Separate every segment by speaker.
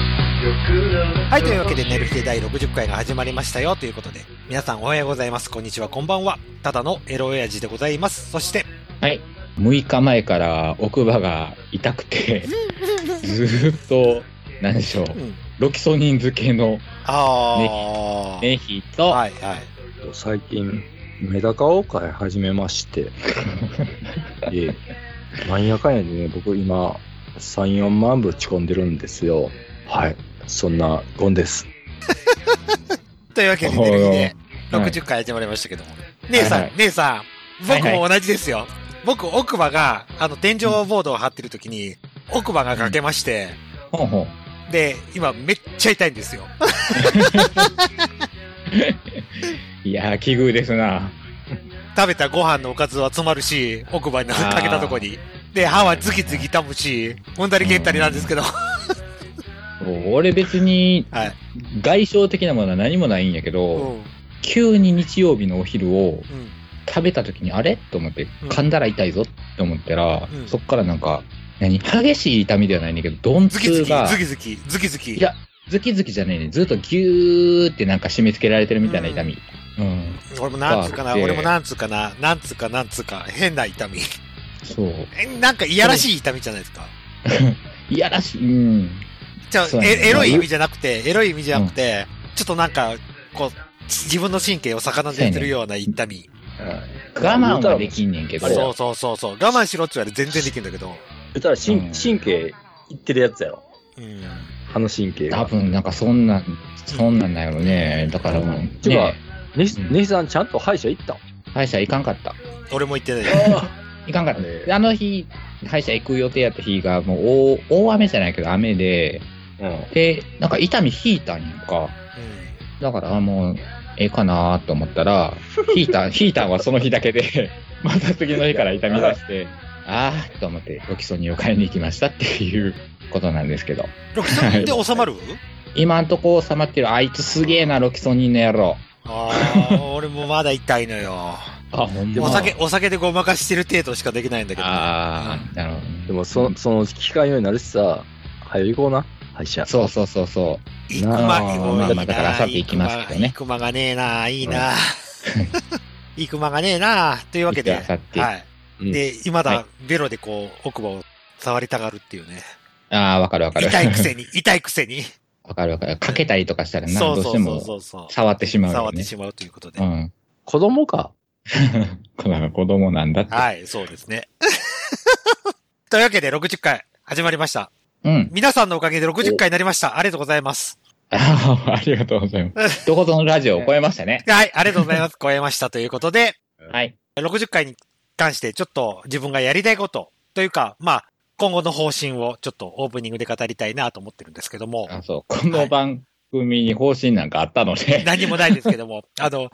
Speaker 1: はい、というわけで、寝る日で第60回が始まりましたよということで、皆さんおはようございます。こんにちは、こんばんは。ただのエロ親父でございます。そ して、
Speaker 2: はい。6日前から奥歯が痛くて、ずーっと、何でしょう
Speaker 1: う、ん。
Speaker 2: ロキソニン漬けの
Speaker 1: あー。
Speaker 2: ネヒと、
Speaker 1: はい、はい。
Speaker 3: 最近、メダカを飼い始めま して、ええ、なんやかんやでね、僕今、3、4万部打ち込んでるんですよ。はい。そんな、ゴンです。
Speaker 1: というわけで、
Speaker 2: おー
Speaker 1: 寝る日で
Speaker 2: はい
Speaker 1: 60回始まりましたけども。姉さ
Speaker 2: はい
Speaker 1: ん
Speaker 2: はい、
Speaker 1: 姉さん、僕
Speaker 2: はい
Speaker 1: も同じですよ。僕、奥歯が、あの、天井ボードを張ってるときに、奥歯が欠けまして、
Speaker 2: ほんほん。
Speaker 1: で、今、めっちゃ痛いんですよ。
Speaker 2: いやー、奇遇ですな。
Speaker 1: 食べたご飯のおかずは詰まるし、奥歯にかけたとこに。で、歯はズキズキ痛むし、もんだりけんたりなんですけど。
Speaker 2: 俺別に
Speaker 1: はい。
Speaker 2: 外傷的なものは何もないんやけ
Speaker 1: う
Speaker 2: ど、
Speaker 1: ん。
Speaker 2: 急に日曜日のお昼を
Speaker 1: うん。
Speaker 2: 食べた時にあれと思って
Speaker 1: うん
Speaker 2: 噛んだら痛いぞって思ったら、
Speaker 1: うん
Speaker 2: そっからなんか、何激しい痛みではないんだけど、鈍
Speaker 1: ズキズ
Speaker 2: 痛
Speaker 1: キ、
Speaker 2: が、
Speaker 1: ズキズキ、ズキズキ。
Speaker 2: いや、ズキズキじゃねえね。ずっとギューってなんか締め付けられてるみたいな痛み。うん。
Speaker 1: 俺もなんつうかな、
Speaker 2: あって
Speaker 1: 俺もなんつうかな、なんつうかなんつうか、変な痛み。
Speaker 2: そう。
Speaker 1: え、なんかいやらしい痛みじゃないですか。
Speaker 2: いやらしい。うん。
Speaker 1: じゃあ
Speaker 2: そうやね
Speaker 1: えエロい意味じゃなくて、エロい意味じゃなくて、ちょっとなんか、こう、自分の神経を魚でやってるような痛み。
Speaker 2: 我慢はできんねんけど。
Speaker 3: あれや
Speaker 1: そうそうそうそう。我慢しろって言われて全然できるんだけど。
Speaker 3: 言ったら、しん
Speaker 2: うん
Speaker 3: 神経、いってるやつやろ。
Speaker 1: うん。
Speaker 3: 歯の神経
Speaker 2: 多
Speaker 3: が。
Speaker 2: 分なんかそんなん、そんなんだよね。だからもう、
Speaker 3: て
Speaker 2: ね、
Speaker 3: かね
Speaker 2: うん
Speaker 3: ねひさん、ちゃんと歯医者行った
Speaker 2: 歯医者行かんかった。
Speaker 1: 俺も言ってない。
Speaker 2: 行かんかった。
Speaker 3: ね
Speaker 2: であの日、歯医者行く予定やった日が、もう大大雨じゃないけど雨で、
Speaker 3: うん。
Speaker 2: で、なんか痛み引いたんやんか。
Speaker 1: う
Speaker 2: だから、あもう、ええかなと思ったら、ヒーター、ヒーターはその日だけで、 また次の日から痛み出して、あーと思って、ロキソニンを買いに行きましたっていうことなんですけど。
Speaker 1: ん。ロキソニンで収まる、
Speaker 2: 今んとこ収まってる、あいつすげえな、ロキソニンの野郎。
Speaker 1: ああ、俺もまだ痛いのよ。
Speaker 2: あ、ほん
Speaker 3: ま
Speaker 1: お酒、お酒でごまかしてる程度しかできないんだけど。
Speaker 2: あー、なるほどね、
Speaker 3: でも、そその、機会になるしさ、早い行こうな、歯医者。
Speaker 2: そうそうそうそ
Speaker 1: 行くま、
Speaker 2: なあ
Speaker 1: もういいな
Speaker 2: まあまあだから明後日行きますけどね
Speaker 1: 行くまがねえな、いいな。行くまがねえな、というわけで。
Speaker 2: 行って明後日
Speaker 1: はい。で、未
Speaker 2: は
Speaker 1: だベロでこう、奥歯を触りたがるっていうね。
Speaker 2: う。あー、わかるわかる。
Speaker 1: 痛いくせに、痛いくせに。
Speaker 2: わかるわかる。かけたりとかしたらな、
Speaker 1: そ
Speaker 2: ど
Speaker 1: う
Speaker 2: うし
Speaker 1: そ
Speaker 2: て
Speaker 1: うそう
Speaker 2: も
Speaker 1: そうそう。
Speaker 2: 触ってしまう
Speaker 1: 触
Speaker 2: よ
Speaker 1: って
Speaker 2: ね。
Speaker 1: しまうということで
Speaker 2: う。ん。
Speaker 3: 子供か。
Speaker 2: この子供なんだって。
Speaker 1: はい、そうですね。というわけで60回始まりました。
Speaker 2: うん。
Speaker 1: 皆さんのおかげで60回になりました。ありがとうございます。
Speaker 2: あーありがとうござ います。どこぞのラジオを超えましたね。
Speaker 1: はい、ありがとうございます。超えましたということで、
Speaker 2: はい。
Speaker 1: 60回に関してちょっと自分がやりたいことというか、まあ、今後の方針をちょっとオープニングで語りたいなと思ってるんですけども、
Speaker 2: あ、そう。この番組に方針なんかあったのね。
Speaker 1: 何もないですけども、あの、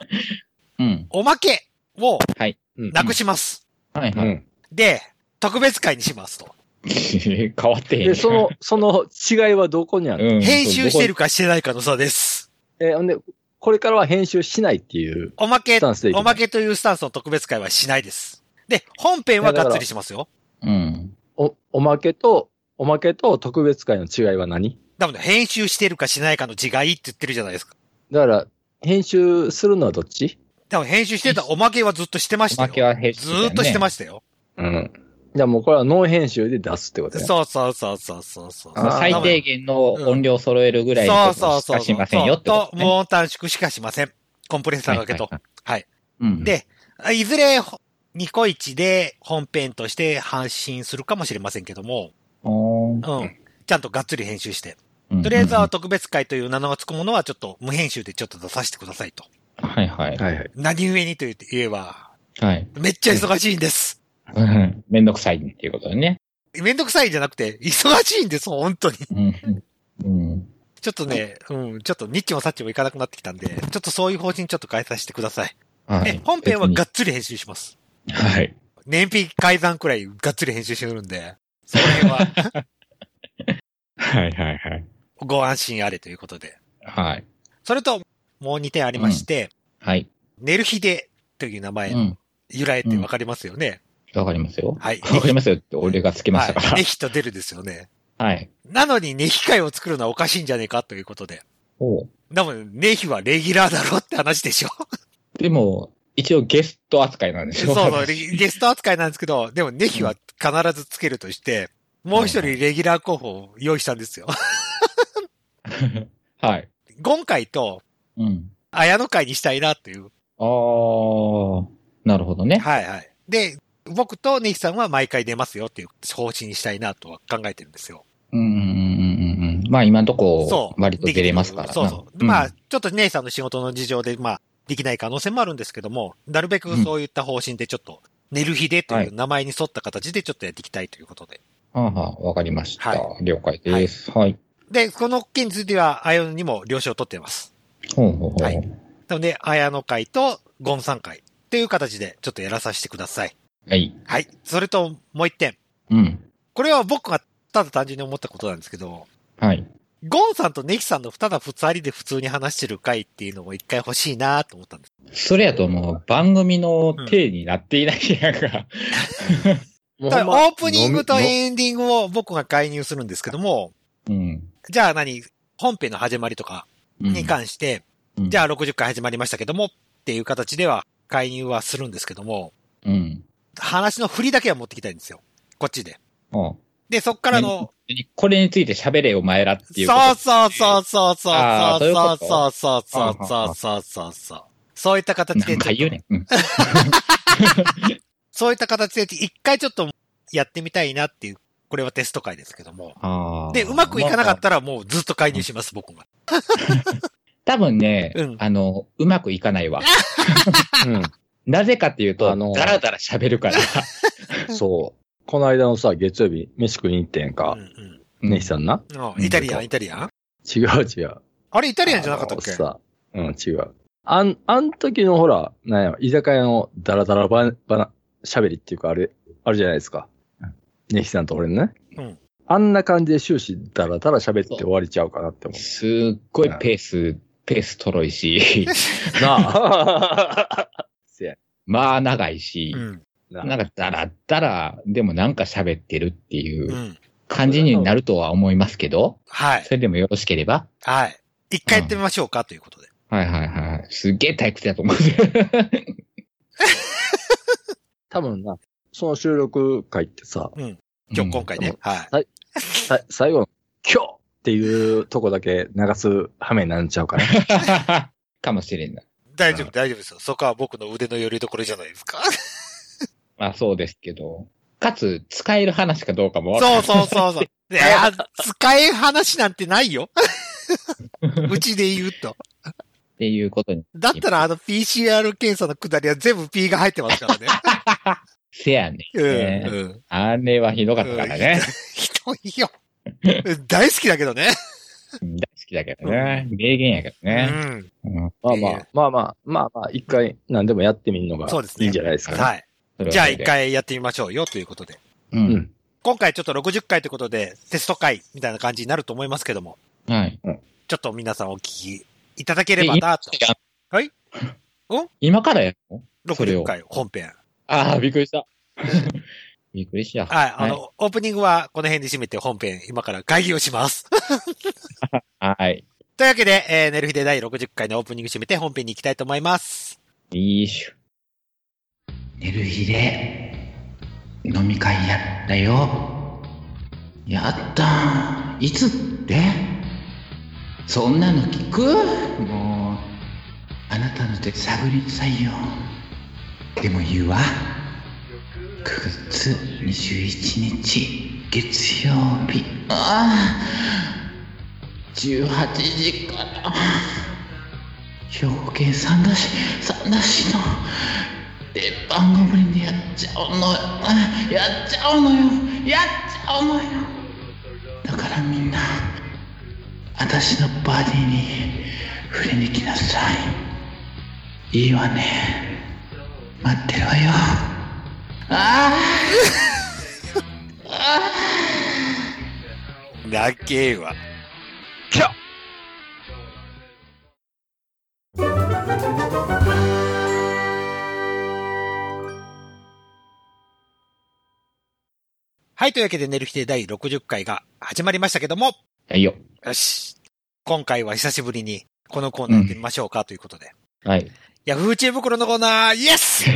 Speaker 2: うん。
Speaker 1: おまけを
Speaker 3: うん
Speaker 1: なくします。
Speaker 2: はいは
Speaker 3: う
Speaker 2: い。
Speaker 3: ん。
Speaker 1: で、特別会にしますと。
Speaker 2: 変わってへんやん。
Speaker 3: で、その、その違いはどこにあるの、
Speaker 2: うん、
Speaker 1: 編集して
Speaker 2: る。
Speaker 1: るかしてないかの差です。
Speaker 3: えーほんで、これからは編集しないっていう
Speaker 1: おまけ
Speaker 3: ス、タンスでい
Speaker 1: お
Speaker 3: く
Speaker 1: まけというスタンスの特別会はしないです。で、本編はがっつりしますよ。
Speaker 2: うん。
Speaker 3: お、おまけと、おまけと特別会の違いは何
Speaker 1: だもんね、編集してるかしないかの違いって言ってるじゃないですか。
Speaker 3: だから、編集するのはどっち
Speaker 1: でも編集してたおまけはずっとしてまし
Speaker 2: お
Speaker 1: た
Speaker 2: まけ
Speaker 1: よ。
Speaker 2: は編集
Speaker 1: ずーっとしてま
Speaker 2: し
Speaker 1: したよ。
Speaker 3: うん。じゃあもうこれはノー編集で出すってことね。
Speaker 1: そうそうそうそうそうそう。
Speaker 2: た、ね。
Speaker 3: あー
Speaker 2: 最低限の音量揃えるぐらい
Speaker 1: そ
Speaker 2: の
Speaker 1: うそう
Speaker 2: し
Speaker 1: そう。
Speaker 2: かしませんよって
Speaker 1: と
Speaker 2: こ、と、ね。
Speaker 1: 無音短縮しかしません。コンプレッサーがけと
Speaker 2: はい。
Speaker 1: はい。
Speaker 2: うん。
Speaker 1: でいずれ、ほニコイチで本編として配信するかもしれませんけども、
Speaker 2: おー
Speaker 1: うん。ちゃんとがっつり編集して。
Speaker 2: うん
Speaker 1: とりあえずは
Speaker 2: は、
Speaker 1: 特別会という名のがつくものはちょっと無編集でちょっと出させてくださいと。
Speaker 2: はいはい。
Speaker 3: はいはい。
Speaker 1: 何故にと言って言えば、
Speaker 2: はい。
Speaker 1: めっちゃ忙しいんです。
Speaker 2: うんめんどくさいっていうことでね。
Speaker 1: めんどくさいんじゃなくて、忙しいんです、本当に。
Speaker 2: うん。うん。
Speaker 1: ちょっとね、うん、ちょっとニッチもサッチもいかなくなってきたんで、ちょっとそういう方針ちょっと変えさせてください。
Speaker 2: は
Speaker 1: え
Speaker 2: い、。
Speaker 1: 本編は
Speaker 2: 別
Speaker 1: がっつり編集します。
Speaker 2: にはい。
Speaker 1: 燃費改ざんくらいがっつり編集してくるんで、その辺は
Speaker 2: はいはいはい。
Speaker 1: ご安心あれということで。
Speaker 2: はい。
Speaker 1: それと、もう2点ありまして、
Speaker 2: はい。
Speaker 1: 寝る日でという名前
Speaker 2: う、ん。
Speaker 1: 由来ってわかりますよね。
Speaker 2: わかりますよ。
Speaker 1: はい。
Speaker 2: わかりますよって俺がつけま
Speaker 1: は
Speaker 2: したか
Speaker 1: い。
Speaker 2: ら
Speaker 1: ネ。ヒと出るですよね。
Speaker 2: はい。
Speaker 1: なのに値控えを作るのはおかしいんじゃねえかということで。
Speaker 2: おう
Speaker 1: でも、値費はレギュラーだろって話でしょ
Speaker 2: でも、一応ゲスト扱いなんでし
Speaker 1: そ
Speaker 2: ょ
Speaker 1: うそう、レギゲスト扱いなんですけど、でも値費は必ずつけるとして、もう一人レギュラー候補を用意したんですよ。
Speaker 2: はい。
Speaker 1: 今回と、
Speaker 2: うん。
Speaker 1: 綾野会にしたいなという。
Speaker 2: あー、なるほどね。
Speaker 1: はいはい。で、僕とネヒさんは毎回出ますよっていう方針にしたいなとは考えてるんですよ。
Speaker 2: うんうんうんうんうん。まあ今のとこ
Speaker 1: そ、う。
Speaker 2: 割と
Speaker 1: でき
Speaker 2: 出
Speaker 1: る
Speaker 2: れますからな
Speaker 1: そうそう。
Speaker 2: ん
Speaker 1: まあ、ちょっと姉さんの仕事の事情で、まあ、できない可能性もあるんですけども、なるべくそういった方針でちょっと、寝る日でと
Speaker 2: はいいう
Speaker 1: 名前に沿った形でちょっとやっていきたいということで。
Speaker 2: はあはあ、わかりました。
Speaker 1: は
Speaker 2: 了解です。はい。
Speaker 1: で、この件については、あやのにも了承を取っています。
Speaker 2: ほうほうほう。
Speaker 1: はいなので、あやの会とゴンさん会っていう形でちょっとやらさせてください。
Speaker 2: はい。
Speaker 1: はい。それと、もう一点。
Speaker 2: うん。
Speaker 1: これは僕がただ単純に思ったことなんですけど、
Speaker 2: はい。
Speaker 1: ゴンさんとネキさんのただ二人で普通に話してる回っていうのも一回欲しいなと思ったんです。
Speaker 2: それやともう番組の体になっていないやんか。
Speaker 3: もう
Speaker 1: た
Speaker 3: ほん
Speaker 1: だ
Speaker 3: ま
Speaker 1: オープニングと
Speaker 3: 飲み
Speaker 1: エンディングを僕が介入するんですけども、
Speaker 2: うん。
Speaker 1: じゃあ何本編の始まりとか
Speaker 2: うん
Speaker 1: に関して、
Speaker 2: うん
Speaker 1: じゃあ60回始まりましたけどもっていう形では介入はするんですけども、
Speaker 2: うん。
Speaker 1: 話の振りだけは持ってきたいんですよ。こっちで。
Speaker 2: あ
Speaker 1: で、そっからの、
Speaker 2: これについて喋れお前らっていうこと。
Speaker 1: そうそうそうそうそう
Speaker 2: あーそういう
Speaker 1: そうそう
Speaker 2: こと
Speaker 1: そうそうそうそうそうそう。そういった形で
Speaker 2: 何回言うねん。うん
Speaker 1: そういった形で一回ちょっとやってみたいなっていう、これはテスト会ですけども。
Speaker 2: あー
Speaker 1: で、うまくいかなかっ
Speaker 2: まあ
Speaker 1: たらもうずっと介入します、僕が。
Speaker 2: 多分ね
Speaker 1: うん、
Speaker 2: あの、うまくいかな いわ。なぜかっていうと、
Speaker 3: あのー
Speaker 2: だらだら喋 るから。
Speaker 3: うん、そう。この間のさ、月曜日、飯食いに行ってん
Speaker 1: う
Speaker 3: か
Speaker 1: ん、うん
Speaker 3: ネヒさんな。
Speaker 1: うんイタリアン、イタリアン
Speaker 3: 違う違う。
Speaker 1: あれ、イタリアンじゃなかったっ
Speaker 3: あ
Speaker 1: け
Speaker 3: のさ、うん、違う。あん、あん時のほら、なんやろ、居酒屋のダラダラばばな、喋りっていうか、あれ、あるじゃないですか。ネヒさんと俺のね。
Speaker 1: うん
Speaker 3: あんな感じで終始ダラダラ喋って終わりちゃうかなって思
Speaker 2: すっごいペース、ペースとろい し、
Speaker 3: う。なあ。せや
Speaker 2: まあ長いし
Speaker 1: う、ん。。
Speaker 3: な
Speaker 2: なんかだらだら、でもなんか喋ってるっていううん感じになるとは思いますけど、
Speaker 1: はい
Speaker 2: そ。れでもよろしければ。
Speaker 1: はい。一回やってみましょうか、ということで。
Speaker 2: はいはいはい。すげえ退屈だと思う。
Speaker 3: 多分な、その収録回ってさ、
Speaker 1: 今日、今回
Speaker 3: う
Speaker 1: ね
Speaker 3: ん。
Speaker 1: はい。
Speaker 3: さ最後の、今日っていうとこだけ流す羽目になっちゃうから。
Speaker 2: 回。かもしれんな。
Speaker 1: 大丈夫、大丈夫ですよ。そこは僕の腕のよりどころじゃないですか。
Speaker 2: まあそうですけど。かつ、使える話かどうかもわかん
Speaker 1: そうそうそうそう。い や、使えん話なんてないよ。 うちで言うと。
Speaker 2: っていうことに。
Speaker 1: だったらあの PCR 検査のくだりは全部 P が入ってます からね。
Speaker 2: せやね。
Speaker 1: うん。うん。
Speaker 2: あれはひどかったからね。
Speaker 1: ひどいよ。大好きだけどね。
Speaker 2: うん大好きだけどね。名言やけどね。うん
Speaker 3: まあま
Speaker 1: いい
Speaker 3: あ、まあまあ、まあまあ、一回何でもやってみるのが
Speaker 1: そうです
Speaker 3: い
Speaker 1: ね
Speaker 3: いんじゃないです
Speaker 1: う
Speaker 3: か
Speaker 1: ん。
Speaker 3: ね。
Speaker 1: はい。
Speaker 2: それは
Speaker 1: じゃあ
Speaker 2: それ
Speaker 1: 一
Speaker 2: で。
Speaker 1: 回やってみましょうよということで。
Speaker 2: う。
Speaker 3: うんん。
Speaker 1: 今回ちょっと60回ということで、テスト回みたいな感じになると思いますけども、
Speaker 2: はい。
Speaker 1: ちょっと皆さんお聞きいただければなと。はいお
Speaker 2: 今からやるのそれ
Speaker 1: 60
Speaker 2: を
Speaker 1: 回本編。
Speaker 2: ああ、びっく りした。びっくりした。
Speaker 1: はい。あの、オープニングはこの辺で締めて本編、今から会議をします。
Speaker 2: はい。
Speaker 1: というわけで、えー、ネルヒデ第60回のオープニング締めて本編に行きたいと思います。
Speaker 2: いいしゅ。寝る日で飲み会やったよ。やったーいつってそんなの聞くもう、あなたの手探りなさいよ。でも言うわ。9月21日、月曜日。ああ !18 時から。兵庫県三田市三田市の鉄板ゴブリンでやっちゃうのよやっちゃうのよやっちゃうのよだからみんな私のバディに触れに来なさいいいわね待ってるわよあーあ
Speaker 1: なけえわ。はい、というわけで寝る日で第60回が始まりましたけども、
Speaker 2: はいよ。
Speaker 1: よし。今回は久しぶりにこのコーナーやってみましょうかということで。
Speaker 2: はい。
Speaker 1: ヤフー知恵袋のコーナー、イエス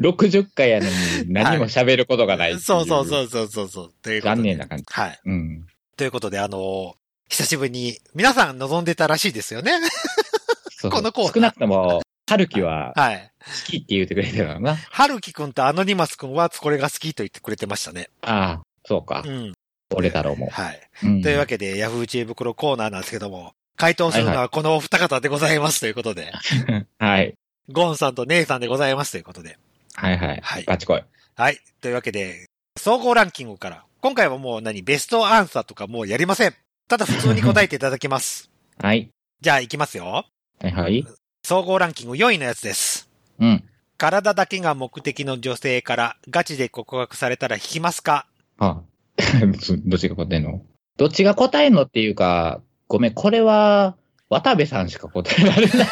Speaker 2: 60回やのに何も喋ることがないってい。
Speaker 1: そうそう
Speaker 2: う。
Speaker 1: そうそうそうそう。ということで
Speaker 2: 残念な感じ。
Speaker 1: はい。
Speaker 2: うん。
Speaker 1: ということで、あのー久しぶりに、皆さん望んでたらしいですよね。
Speaker 2: そう
Speaker 1: このコーナー
Speaker 2: 少なくとも、春樹は
Speaker 1: はい。
Speaker 2: 好きって言ってくれてたのな。
Speaker 1: はるきくんとアノニマスくんはこれが好きと言ってくれてましたね。
Speaker 2: ああ、そうか
Speaker 1: う。ん。
Speaker 2: 俺だろうも。
Speaker 1: はい。
Speaker 2: うん
Speaker 1: というわけで、ヤフー知恵袋コーナーなんですけども、回答するのはこのお二方でございますということで、
Speaker 2: はい。
Speaker 1: ゴンさんとネイさんでございますということで。
Speaker 2: はいはい。
Speaker 1: はい
Speaker 2: ガチ恋。
Speaker 1: はい。というわけで、総合ランキングから、今回はもう何、ベストアンサーとかもうやりません。ただ普通に答えていただきます。
Speaker 2: はい。
Speaker 1: じゃあ行きますよ。
Speaker 2: はいはい。
Speaker 1: 総合ランキング4位のやつです。
Speaker 2: うん。
Speaker 1: 体だけが目的の女性からガチで告白されたら引きますか
Speaker 2: はあ、どどっちが答えんのどっちが答えんのっていうか、ごめん、これは、渡部さんしか答えられないじゃない。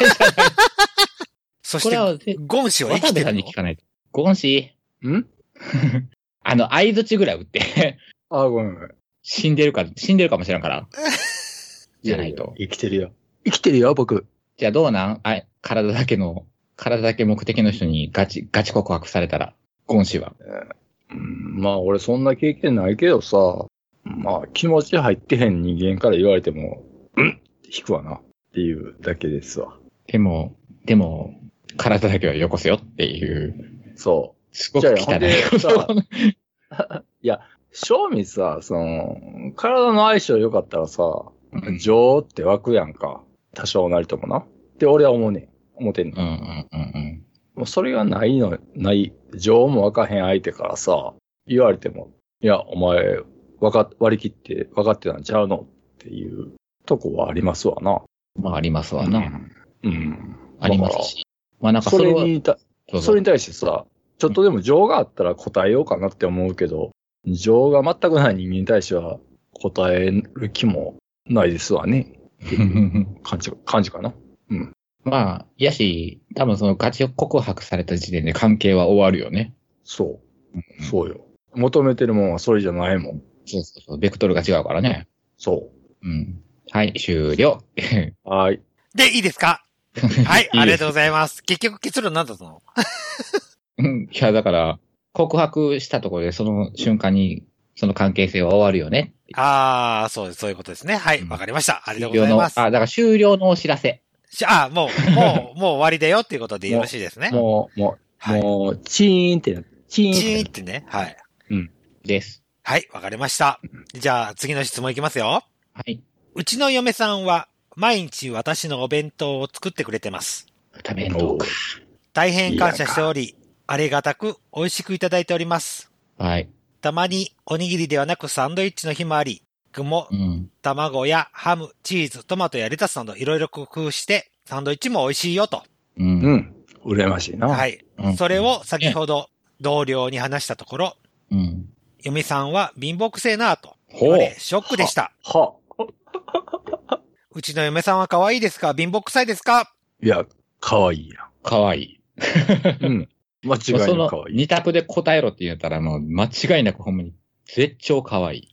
Speaker 1: そし
Speaker 2: これ
Speaker 1: て、
Speaker 2: はぜ、
Speaker 1: ゴン氏は生
Speaker 2: 渡
Speaker 1: き
Speaker 2: 部
Speaker 1: て
Speaker 2: さ
Speaker 1: る
Speaker 2: ん
Speaker 1: の
Speaker 2: に聞かないと。ゴンシ
Speaker 3: ん
Speaker 2: ーあの、相槌ぐらい打って、
Speaker 3: あ、ごめんごめん。
Speaker 2: 死んでるか、死んでるかもしれんから。じゃないと。
Speaker 3: 生きてるよ。生きてるよ、僕。
Speaker 2: じゃあどうなんあ体だけの、体だけ目的の人にガチ、ガチ告白されたら、ゴンシーは。
Speaker 3: うんまあ、俺そんな経験ないけどさ、まあ、気持ち入ってへん人間から言われても、うん引くわな。っていうだけですわ。
Speaker 2: でも、でも、体だけはよこせよっていう、
Speaker 3: そ
Speaker 2: すごく汚い
Speaker 3: じゃあほんでさ
Speaker 2: こと。
Speaker 3: う。正味さ、その、体の相性良かったらさ、
Speaker 2: うん
Speaker 3: 情って湧くやんか。多少なりともな。って俺は思うねん。思ってんね ん
Speaker 2: うんうんうんうん。
Speaker 3: もうそれがないの、ない、情もわかへん相手からさ、言われても、いや、お前、わか、割り切って、分かってたんちゃうのっていうとこはありますわな。
Speaker 2: まあ、ありますわな。
Speaker 3: うん。
Speaker 2: ありますし。まあ、なんか
Speaker 3: そ
Speaker 2: それ
Speaker 3: れ
Speaker 2: は、
Speaker 3: にた、
Speaker 2: どうぞ
Speaker 3: それに対してさ、ちょっとでも情があったら答えようかなって思うけど、情が全くない人間に対しては答える気もないですわね。感じ、感じかな。
Speaker 2: まあ、いやし、多分そのガチ告白された時点で関係は終わるよね。
Speaker 3: そう。そうよ。求めてるもんはそれじゃないもん。
Speaker 2: そうそうそう。ベクトルが違うからね。
Speaker 3: そ
Speaker 2: うん。はい、終了。
Speaker 3: う。はい。
Speaker 1: で、いいです かはい、
Speaker 2: いいです
Speaker 1: ありがとうございます。結局結論何だったの
Speaker 2: うんいや、だから、告白したところでその瞬間に、その関係性は終わるよね。
Speaker 1: ああ、そうです、そういうことですね。は
Speaker 2: う
Speaker 1: い、
Speaker 2: ん
Speaker 1: わかりました。ありがとうご
Speaker 2: 終了
Speaker 1: ざい
Speaker 2: の、
Speaker 1: ま
Speaker 2: あ、
Speaker 1: す。
Speaker 2: だから終了のお知らせ。
Speaker 1: しああ、もう、もう、もう終わりだよっていうことでよろしいですね。
Speaker 3: もう、もう、
Speaker 1: はい。
Speaker 3: もう、チーンってな、チーンっ
Speaker 1: チ
Speaker 3: て
Speaker 1: ーンってね。はい。
Speaker 2: です。
Speaker 1: はい、わかりました。じゃあ、次の質問いきますよ。
Speaker 2: はい。
Speaker 1: うちの嫁さんは、毎日私のお弁当を作ってくれてます。
Speaker 2: 食べんとか。
Speaker 1: 大変感謝しており、ありがたく美味しくいただいております。
Speaker 2: はい。
Speaker 1: たまに、おにぎりではなくサンドイッチの日もあり、具も
Speaker 2: うん。
Speaker 1: 卵やハム、チーズ、トマトやレタスなどいろいろ工夫して、サンドイッチも美味しいよと。
Speaker 2: う。
Speaker 3: うんん。羨ましいな。。
Speaker 1: はいい。
Speaker 2: うん
Speaker 1: それを先ほど同僚に話したところ、
Speaker 2: うん。
Speaker 1: 嫁さんは貧乏くせえなぁと言
Speaker 2: ほ
Speaker 1: わ
Speaker 2: う。
Speaker 1: れ、ショックでした。
Speaker 3: は。
Speaker 1: うちの嫁さんは可愛いですか貧乏くさいですか
Speaker 3: いや、可愛いや
Speaker 2: かわいい。
Speaker 3: ん。うん。間違い
Speaker 2: もうそ
Speaker 3: な
Speaker 2: の
Speaker 3: く可愛い。
Speaker 2: 二択で答えろって言ったら、もう間違いなくほんまに絶頂可愛い。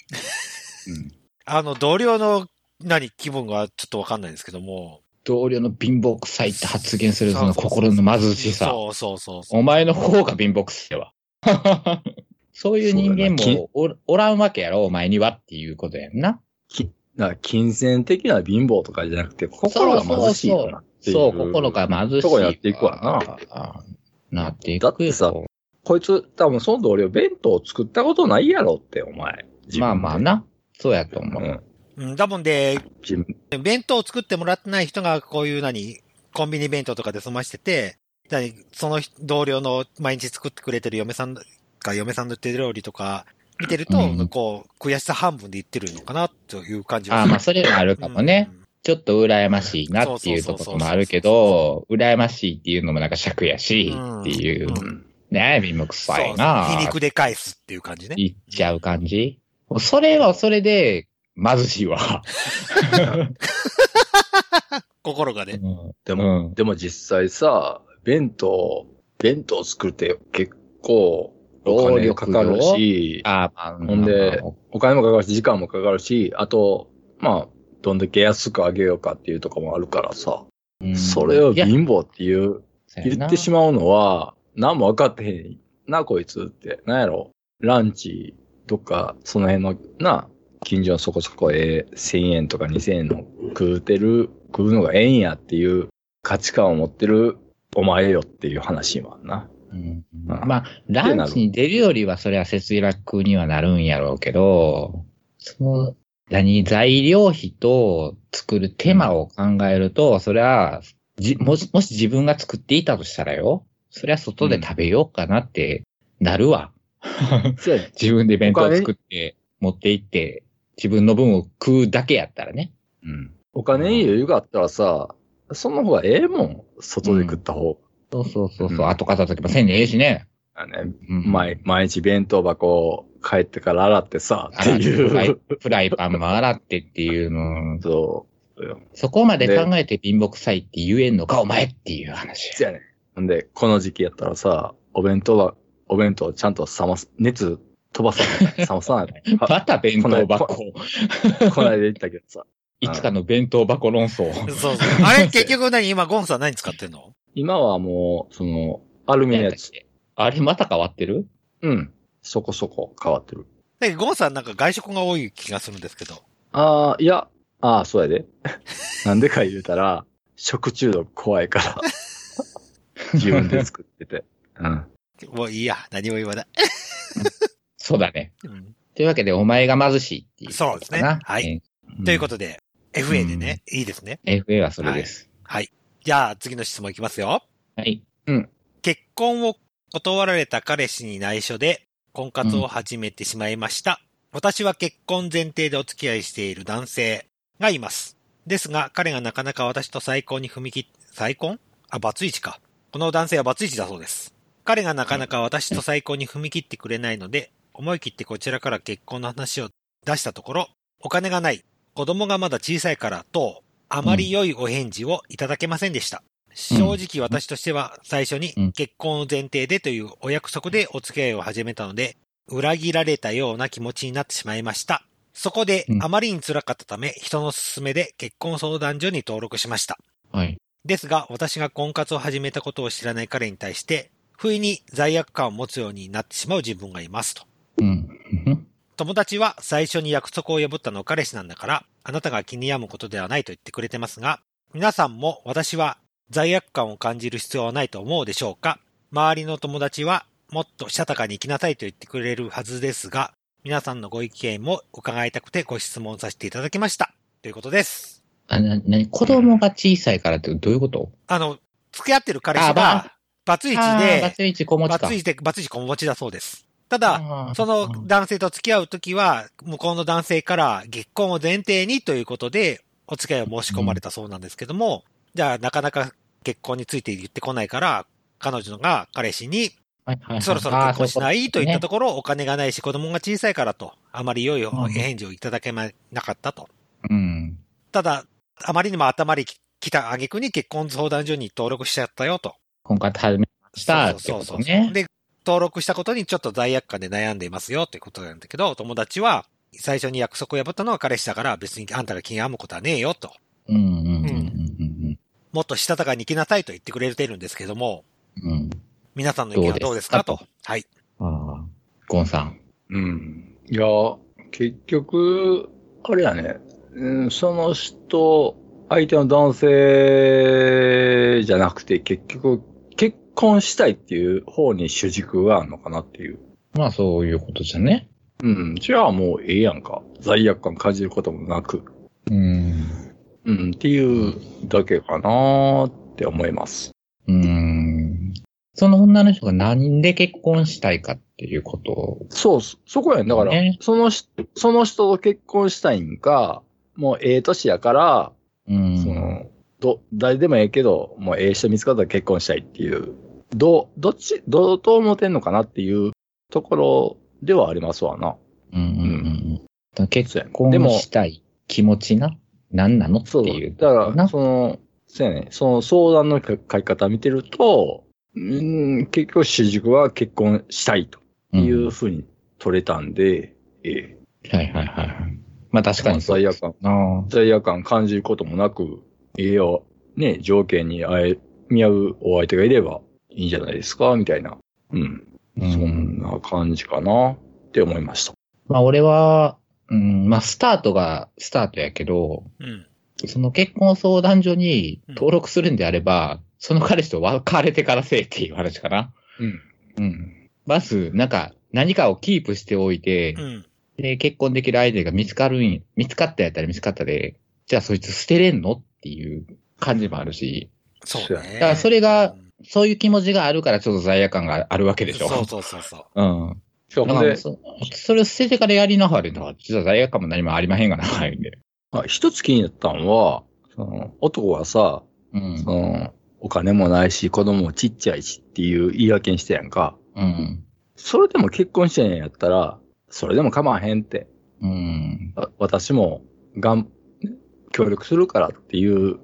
Speaker 2: うん。
Speaker 1: あの、同僚の何気分がちょっとわかんないですけども。
Speaker 2: 同僚の貧乏臭いって発言するそ
Speaker 1: そう
Speaker 2: の
Speaker 1: そうそう
Speaker 2: 心の貧しさ。
Speaker 1: そうそうそうそう。
Speaker 2: お前の方が貧乏臭いわ。 そういう人間
Speaker 3: そうだな
Speaker 2: もおおらんわけやろ、お前にはっていうことやんな。
Speaker 3: な金銭的な貧乏とかじゃなくて、心が貧しいよなっていう。
Speaker 2: そう、心。が貧しい。
Speaker 3: とこやっていくわ
Speaker 2: な。なっていく
Speaker 3: だ
Speaker 2: よ
Speaker 3: ってさこいつ、多分その同僚、弁当を作ったことないやろって、お前。自分で
Speaker 2: まあまあ。な。そうやと思
Speaker 3: う
Speaker 2: う。
Speaker 3: ん。
Speaker 1: うん、だもんで、
Speaker 3: 自分、
Speaker 1: 弁当を作ってもらってない人がこういう何コンビニ弁当とかで済ましてて、何その同僚の毎日作ってくれてる嫁さんが嫁さんの手料理とか見てると、
Speaker 2: うん
Speaker 1: こう、悔しさ半分で言ってるのかなという感じ
Speaker 2: ああ、まあそれはある
Speaker 1: う
Speaker 2: かもね。
Speaker 1: ん、
Speaker 2: ちょっと羨ましいなっていうところもあるけど、羨ましいっていうのもなんか尺やし、っていううん
Speaker 3: うん。
Speaker 2: ね、貧乏くさい
Speaker 1: そうそう皮
Speaker 2: な
Speaker 1: 肉で返すっていう感じね。
Speaker 2: 言っちゃう感じ。それはそれで、貧しいわ。
Speaker 1: 心が ね。
Speaker 3: でも、
Speaker 2: も、
Speaker 3: でも実際さ、弁当、弁当作って結構、労力かかるし、
Speaker 2: ああ、まあ、
Speaker 3: ほんで
Speaker 2: まあまあ
Speaker 3: お金もかかるし、時間もかかるし、あと、まあ、どんだけ安くあげようかっていうとかもあるからさ、
Speaker 2: うん
Speaker 3: それを
Speaker 2: いや
Speaker 3: 貧乏っていう、
Speaker 2: そうやな
Speaker 3: 言ってしまうのは、何も分かってへんな、こいつって。なんやろランチ、どっか、その辺の、な、近所のそこそこええ、1000円とか2000円の食うてる、食うのがええんやっていう価値観を持ってるお前よっていう話もあんな。
Speaker 2: うん
Speaker 3: あ
Speaker 2: まあ、ランチに出るよりは、それは節約にはなるんやろうけど、その、何、材料費と作る手間を考えると、それは、じもし、もし自分が作っていたとしたらよ、それは外で食べようかなってなるわ。
Speaker 3: そうや
Speaker 2: 自分で弁当
Speaker 3: お金
Speaker 2: 作って、持って行って、自分の分を食うだけやったらね。
Speaker 3: うん。お金に余裕があったらさ、その方がええもん。外で食った方
Speaker 2: そうそうそうそう、
Speaker 3: うん
Speaker 2: 後片付けもせんでええしね。
Speaker 3: がね、
Speaker 2: うん
Speaker 3: 毎毎日弁当箱を帰ってから洗ってさ、っていう。
Speaker 2: 洗ってフライフライパンも洗ってっていうのを
Speaker 3: そう。そうよ
Speaker 2: そこまで考えて貧乏くさいって言えんのか、お前っていう話。
Speaker 3: じゃあね。ほんで、この時期やったらさ、お弁当は、お弁当をちゃんと冷ます、熱飛ばさない。冷まさない。
Speaker 2: また弁当
Speaker 3: こ
Speaker 2: 箱。
Speaker 3: こないで言ったけどさ。
Speaker 2: いつかの弁当箱論争。
Speaker 1: そうそう。あれ、結局何今、ゴンさん何使ってんの
Speaker 3: 今はもう、その、アルミのやつ。
Speaker 2: あれまた変わってる
Speaker 3: うん。そこそこ変わってる。
Speaker 1: でゴンさんなんか外食が多い気がするんですけど。
Speaker 3: ああ、いや、ああ、そうやで。なんでか言うたら、食中毒怖いから。自分で作ってて。うん。
Speaker 1: もういいや、何も言わない。
Speaker 2: そうだね。
Speaker 1: うん
Speaker 2: というわけで、お前が貧しいっていうことかな。
Speaker 1: そうですね
Speaker 2: ね。
Speaker 1: ということで、FA でね、いいですね。
Speaker 2: はい。FA はそれです。
Speaker 1: じゃあ、次の質問いきますよ。
Speaker 2: はい。
Speaker 1: 結婚を断られた彼氏に内緒で婚活を始めてしまいました。私は結婚前提でお付き合いしている男性がいます。ですが、彼がなかなか私と再婚に踏み切っ、再婚あ、バツイチか。この男性はバツイチだそうです。彼がなかなか私と再婚に踏み切ってくれないので、思い切ってこちらから結婚の話を出したところ、お金がない、子供がまだ小さいからと、あまり良いお返事をいただけませんでした。正直私としては最初
Speaker 2: う
Speaker 1: に
Speaker 2: ん
Speaker 1: 結婚を前提でというお約束でお付き合いを始めたので、裏切られたような気持ちになってしまいました。そこで
Speaker 2: うん
Speaker 1: あまりに辛かったため、人の勧めで結婚相談所に登録しました。
Speaker 2: はい。
Speaker 1: ですが、私が婚活を始めたことを知らない彼に対して、不意に罪悪感を持つようになってしまう自分がいますと。
Speaker 2: うん。
Speaker 1: 友達は最初に約束を破ったのは彼氏なんだから、あなたが気に病むことではないと言ってくれてますが、皆さんも私は罪悪感を感じる必要はないと思うでしょうか周りの友達はもっとしたたかに生きなさいと言ってくれるはずですが、皆さんのご意見も伺いたくてご質問させていただきました。ということです。
Speaker 2: あ、な、なに、子供が小さいからってどういうこと
Speaker 1: あの、付き合ってる彼氏
Speaker 2: あま
Speaker 1: が、バツイチ
Speaker 2: あーバ
Speaker 1: で、
Speaker 2: ツイチ子持ち
Speaker 1: バ
Speaker 2: か。
Speaker 1: ツイチで、バツイチ子持ちだそうです。ただ、
Speaker 2: あー
Speaker 1: その男性と付き合うときは、向こうの男性から結婚を前提にということで、お付き合いを申し込まれたそうなんですけども、じゃあなかなか結婚について言ってこないから、彼女が彼氏に、
Speaker 2: はいはいはい
Speaker 1: そろそろ結婚しな
Speaker 2: あー
Speaker 1: いと
Speaker 2: そう
Speaker 1: 言っ
Speaker 2: い
Speaker 1: た
Speaker 2: うこと
Speaker 1: ころ、お金がないし子供が小さいからと、あまり良いお返事をいただけなかったと。
Speaker 2: とねうん。
Speaker 1: ただ、あまりにも頭にきた挙句に結婚相談所に登録しちゃったよと。
Speaker 2: 婚活始めましたってことね。
Speaker 1: そうそうそうそうで、登録したことにちょっと罪悪感で悩んでいますよってことなんだけど、友達は、最初に約束を破ったのは彼氏だから別にあんたが気に病むことはねえよと。
Speaker 2: うんうんうんうん
Speaker 1: もっとしたたかに生きなさいと言ってくれてるんですけども、
Speaker 2: うんうん。
Speaker 1: 皆さんの意見はど
Speaker 2: ど
Speaker 1: う
Speaker 2: う
Speaker 1: で
Speaker 2: ですす
Speaker 1: か
Speaker 2: か
Speaker 1: と。はい。
Speaker 2: ああ、ゴンさん。
Speaker 3: うん。いや、結局、あれやね、うん、その人、相手の男性じゃなくて、結局、結婚したいっていう方に主軸があるのかなっていう。
Speaker 2: まあそういうことじゃね。
Speaker 3: うん。じゃあもうええやんか。罪悪感感じることもなく。
Speaker 2: うん。
Speaker 3: うん。っていうだけかなーって思います。
Speaker 2: うん。その女の人がなんで結婚したいかっていうことを。
Speaker 3: そうっす、そこやね。だから、
Speaker 2: ね
Speaker 3: その人、その人と結婚したいんか、もうええ年やから、
Speaker 2: うん。
Speaker 3: その、ど、誰でもええけど、もうええ人見つかったら結婚したいっていう、ど、どっち、どう、どう思ってんのかなっていうところではありますわな。
Speaker 2: うんうんうんうん。結
Speaker 3: で
Speaker 2: 婚
Speaker 3: も
Speaker 2: したい気持ちな、なんなのって
Speaker 3: そう。
Speaker 2: いう。
Speaker 3: だから、
Speaker 2: な
Speaker 3: その、そうやね、その相談の書き方見てると、うーん、結局主軸は結婚したいと
Speaker 2: うん
Speaker 3: いうふうに取れたんで、ええ
Speaker 2: はいはいはいはい。まあ確かにそう
Speaker 3: 罪
Speaker 2: で
Speaker 3: 悪
Speaker 2: す
Speaker 3: 感、
Speaker 2: な。
Speaker 3: 罪悪感感じることもなく、ええよ、ね、条件に会え、見合うお相手がいればいいんじゃないですか、みたいな。うん。
Speaker 2: うん
Speaker 3: そんな感じかな、って思いました。
Speaker 2: まあ俺は、うん、まあスタートがスタートやけど、
Speaker 1: うん。
Speaker 2: その結婚相談所に
Speaker 1: うん
Speaker 2: 登録するんであれば、その彼氏と別れてからせえっていう話かな。
Speaker 3: うん。
Speaker 2: うん。まず、なんか、何かをキープしておいて、
Speaker 1: うん。
Speaker 2: で、結婚できる相手が見つかるん、見つかったやったら見つかったで、じゃあそいつ捨てれんのっていう感じもあるし、
Speaker 1: そうね。
Speaker 2: だからそれがそういう気持ちがあるからちょっと罪悪感があるわけ
Speaker 1: うん、
Speaker 2: でしょ。
Speaker 1: そうそうそうそう。
Speaker 2: うん。
Speaker 3: しか
Speaker 2: だ
Speaker 3: も
Speaker 2: から
Speaker 3: ね、
Speaker 2: そ、それを捨ててからやりなはれのは、実は罪悪感も何もありまへんがな、はいんで。
Speaker 3: まあ一つ気になったのは、その男はさ、
Speaker 2: うん
Speaker 3: そ。のお金もないし、子供もちっちゃいしっていう言い訳にしてやんか。
Speaker 2: うん。
Speaker 3: それでも結婚してんやったら、それでも構わへんって。
Speaker 2: うん。
Speaker 3: わ私も、がん、協力するからっていう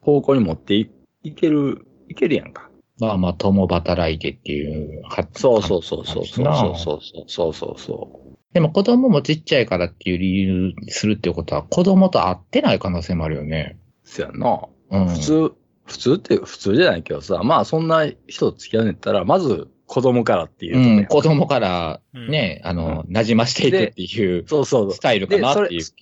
Speaker 3: 方向に持っていいける、いけるやんか。
Speaker 2: まあまあ、共働いてっていう。
Speaker 3: そうそうそうそうそう
Speaker 2: なあ
Speaker 3: そうそうそうそうそう。
Speaker 2: でも子供もちっちゃいからっていう理由にするってことは、子供と会ってない可能性もあるよね。
Speaker 3: そやんな。
Speaker 2: うん。
Speaker 3: 普通、普通って普通じゃないけどさ、まあそんな人と付き合うんやったら、まず子供からっていう
Speaker 2: う
Speaker 3: とね
Speaker 2: ん、子供から
Speaker 1: うん
Speaker 2: ね、あの、馴染ましていくっていう
Speaker 3: そうそう
Speaker 2: スタイルかなってい
Speaker 3: で
Speaker 2: う
Speaker 3: そ。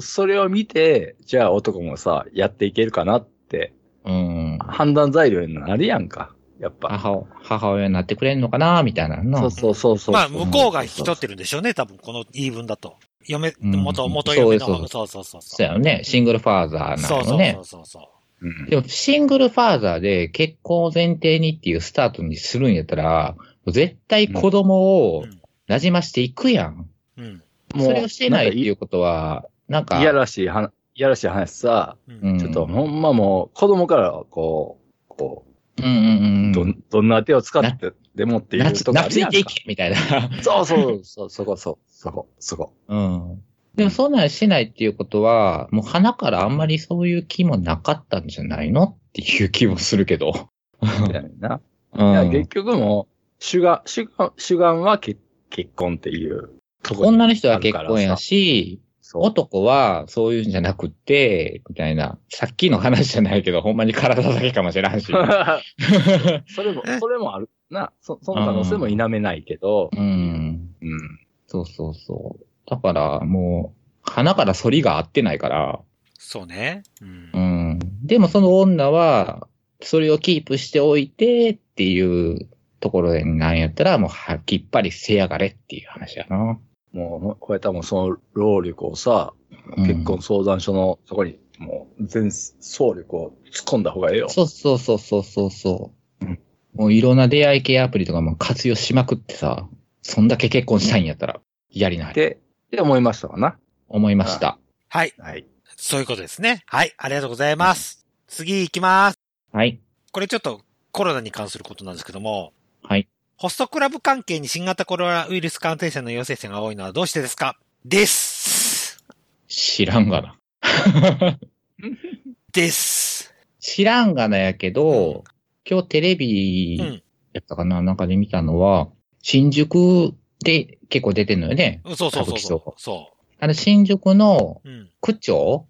Speaker 3: それを見て、じゃあ男もさ、やっていけるかなって、
Speaker 2: うん。
Speaker 3: 判断材料になるやんか。やっぱ。
Speaker 2: 母を母親になってくれんのかな、みたいなの。
Speaker 3: そうそうそうそう。
Speaker 1: まあ、向こうが引き取ってるんでしょうね、多分、この言い分だと。嫁、
Speaker 2: うん
Speaker 1: 元、元嫁の
Speaker 2: そうそ
Speaker 1: 方そうそう
Speaker 2: う
Speaker 1: そうそう。
Speaker 2: そうやよね。シングルファーザーな
Speaker 1: そ
Speaker 2: の
Speaker 1: う
Speaker 2: ね。
Speaker 1: そうそうそう。
Speaker 3: うん。
Speaker 2: でも、シングルファーザーで結婚を前提にっていうスタートにするんやったら、絶対子供を
Speaker 1: うん
Speaker 2: 馴染ましていくやん。
Speaker 1: うん。
Speaker 3: もう
Speaker 2: それをしてないってい
Speaker 3: なん
Speaker 2: うことは、なん
Speaker 3: か
Speaker 2: か、
Speaker 3: いいやらしい話、いやらしい話さ、
Speaker 1: うん。
Speaker 3: ちょっとほんまもう子供からこう、こ
Speaker 2: うんうんう
Speaker 3: う、
Speaker 2: ん。
Speaker 3: どん、どんな手を使ってでもってい
Speaker 2: な
Speaker 3: う
Speaker 2: つ
Speaker 3: とこある
Speaker 2: 懐
Speaker 3: や
Speaker 2: い
Speaker 3: ん
Speaker 2: てい
Speaker 3: か。
Speaker 2: けみたいな。
Speaker 3: そうそう、そう、そこ、そう、そこ、そこ。
Speaker 2: うん。でも、そんなんしないっていうことは、もう花からあんまりそういう気もなかったんじゃないのっていう気もするけど。
Speaker 3: みたいな。
Speaker 2: う
Speaker 3: いや、
Speaker 2: ん
Speaker 3: 結。局もう、主眼、主眼、主眼は結結婚っていうとこに
Speaker 2: 女の人は結婚やし、
Speaker 3: そう
Speaker 2: 男はそういうんじゃなくて、みたいな。さっきの話じゃないけど、ほんまに体だけかもしれん し。
Speaker 3: それも
Speaker 1: え、
Speaker 3: それもあるな。そその可能性も否めないけど、
Speaker 2: うん。
Speaker 3: うん。
Speaker 2: そうそうそう。だから、もう、花から反りが合ってないから。
Speaker 1: そうね。うん
Speaker 2: う。ん。でもその女は、それをキープしておいてっていうところでなんやったら、もうはきっぱりせやがれっていう話やな。
Speaker 3: もう、こうやったらもうその労力をさ、
Speaker 2: うん
Speaker 3: 結婚相談所の、そこに、もう、全総力を突っ込んだ方がええよ。
Speaker 2: そうそうそうそうそうそう。
Speaker 3: うん
Speaker 2: もういろんな出会い系アプリとかも活用しまくってさ、そんだけ結婚したいんやったら、やりなはれ。
Speaker 3: って、って思いましたかな。
Speaker 2: 思いました。
Speaker 1: はい。
Speaker 3: はい。
Speaker 1: そういうことですね。はい。ありがとうございます。次行きます。
Speaker 2: はい。
Speaker 1: これちょっとコロナに関することなんですけども、
Speaker 2: はい。
Speaker 1: ホストクラブ関係に新型コロナウイルス感染者の陽性者が多いのはどうしてですかです。
Speaker 2: 知らんがな。
Speaker 1: です。
Speaker 2: 知らんがなやけ
Speaker 1: うん
Speaker 2: ど、今日テレビ
Speaker 1: うん
Speaker 2: やったかな、なんかで見たのは、新宿で結構出てんのよね。
Speaker 1: そうそうそう
Speaker 2: 歌舞伎
Speaker 1: そう。そ
Speaker 2: あの、新宿の
Speaker 1: う。うん。
Speaker 2: 区長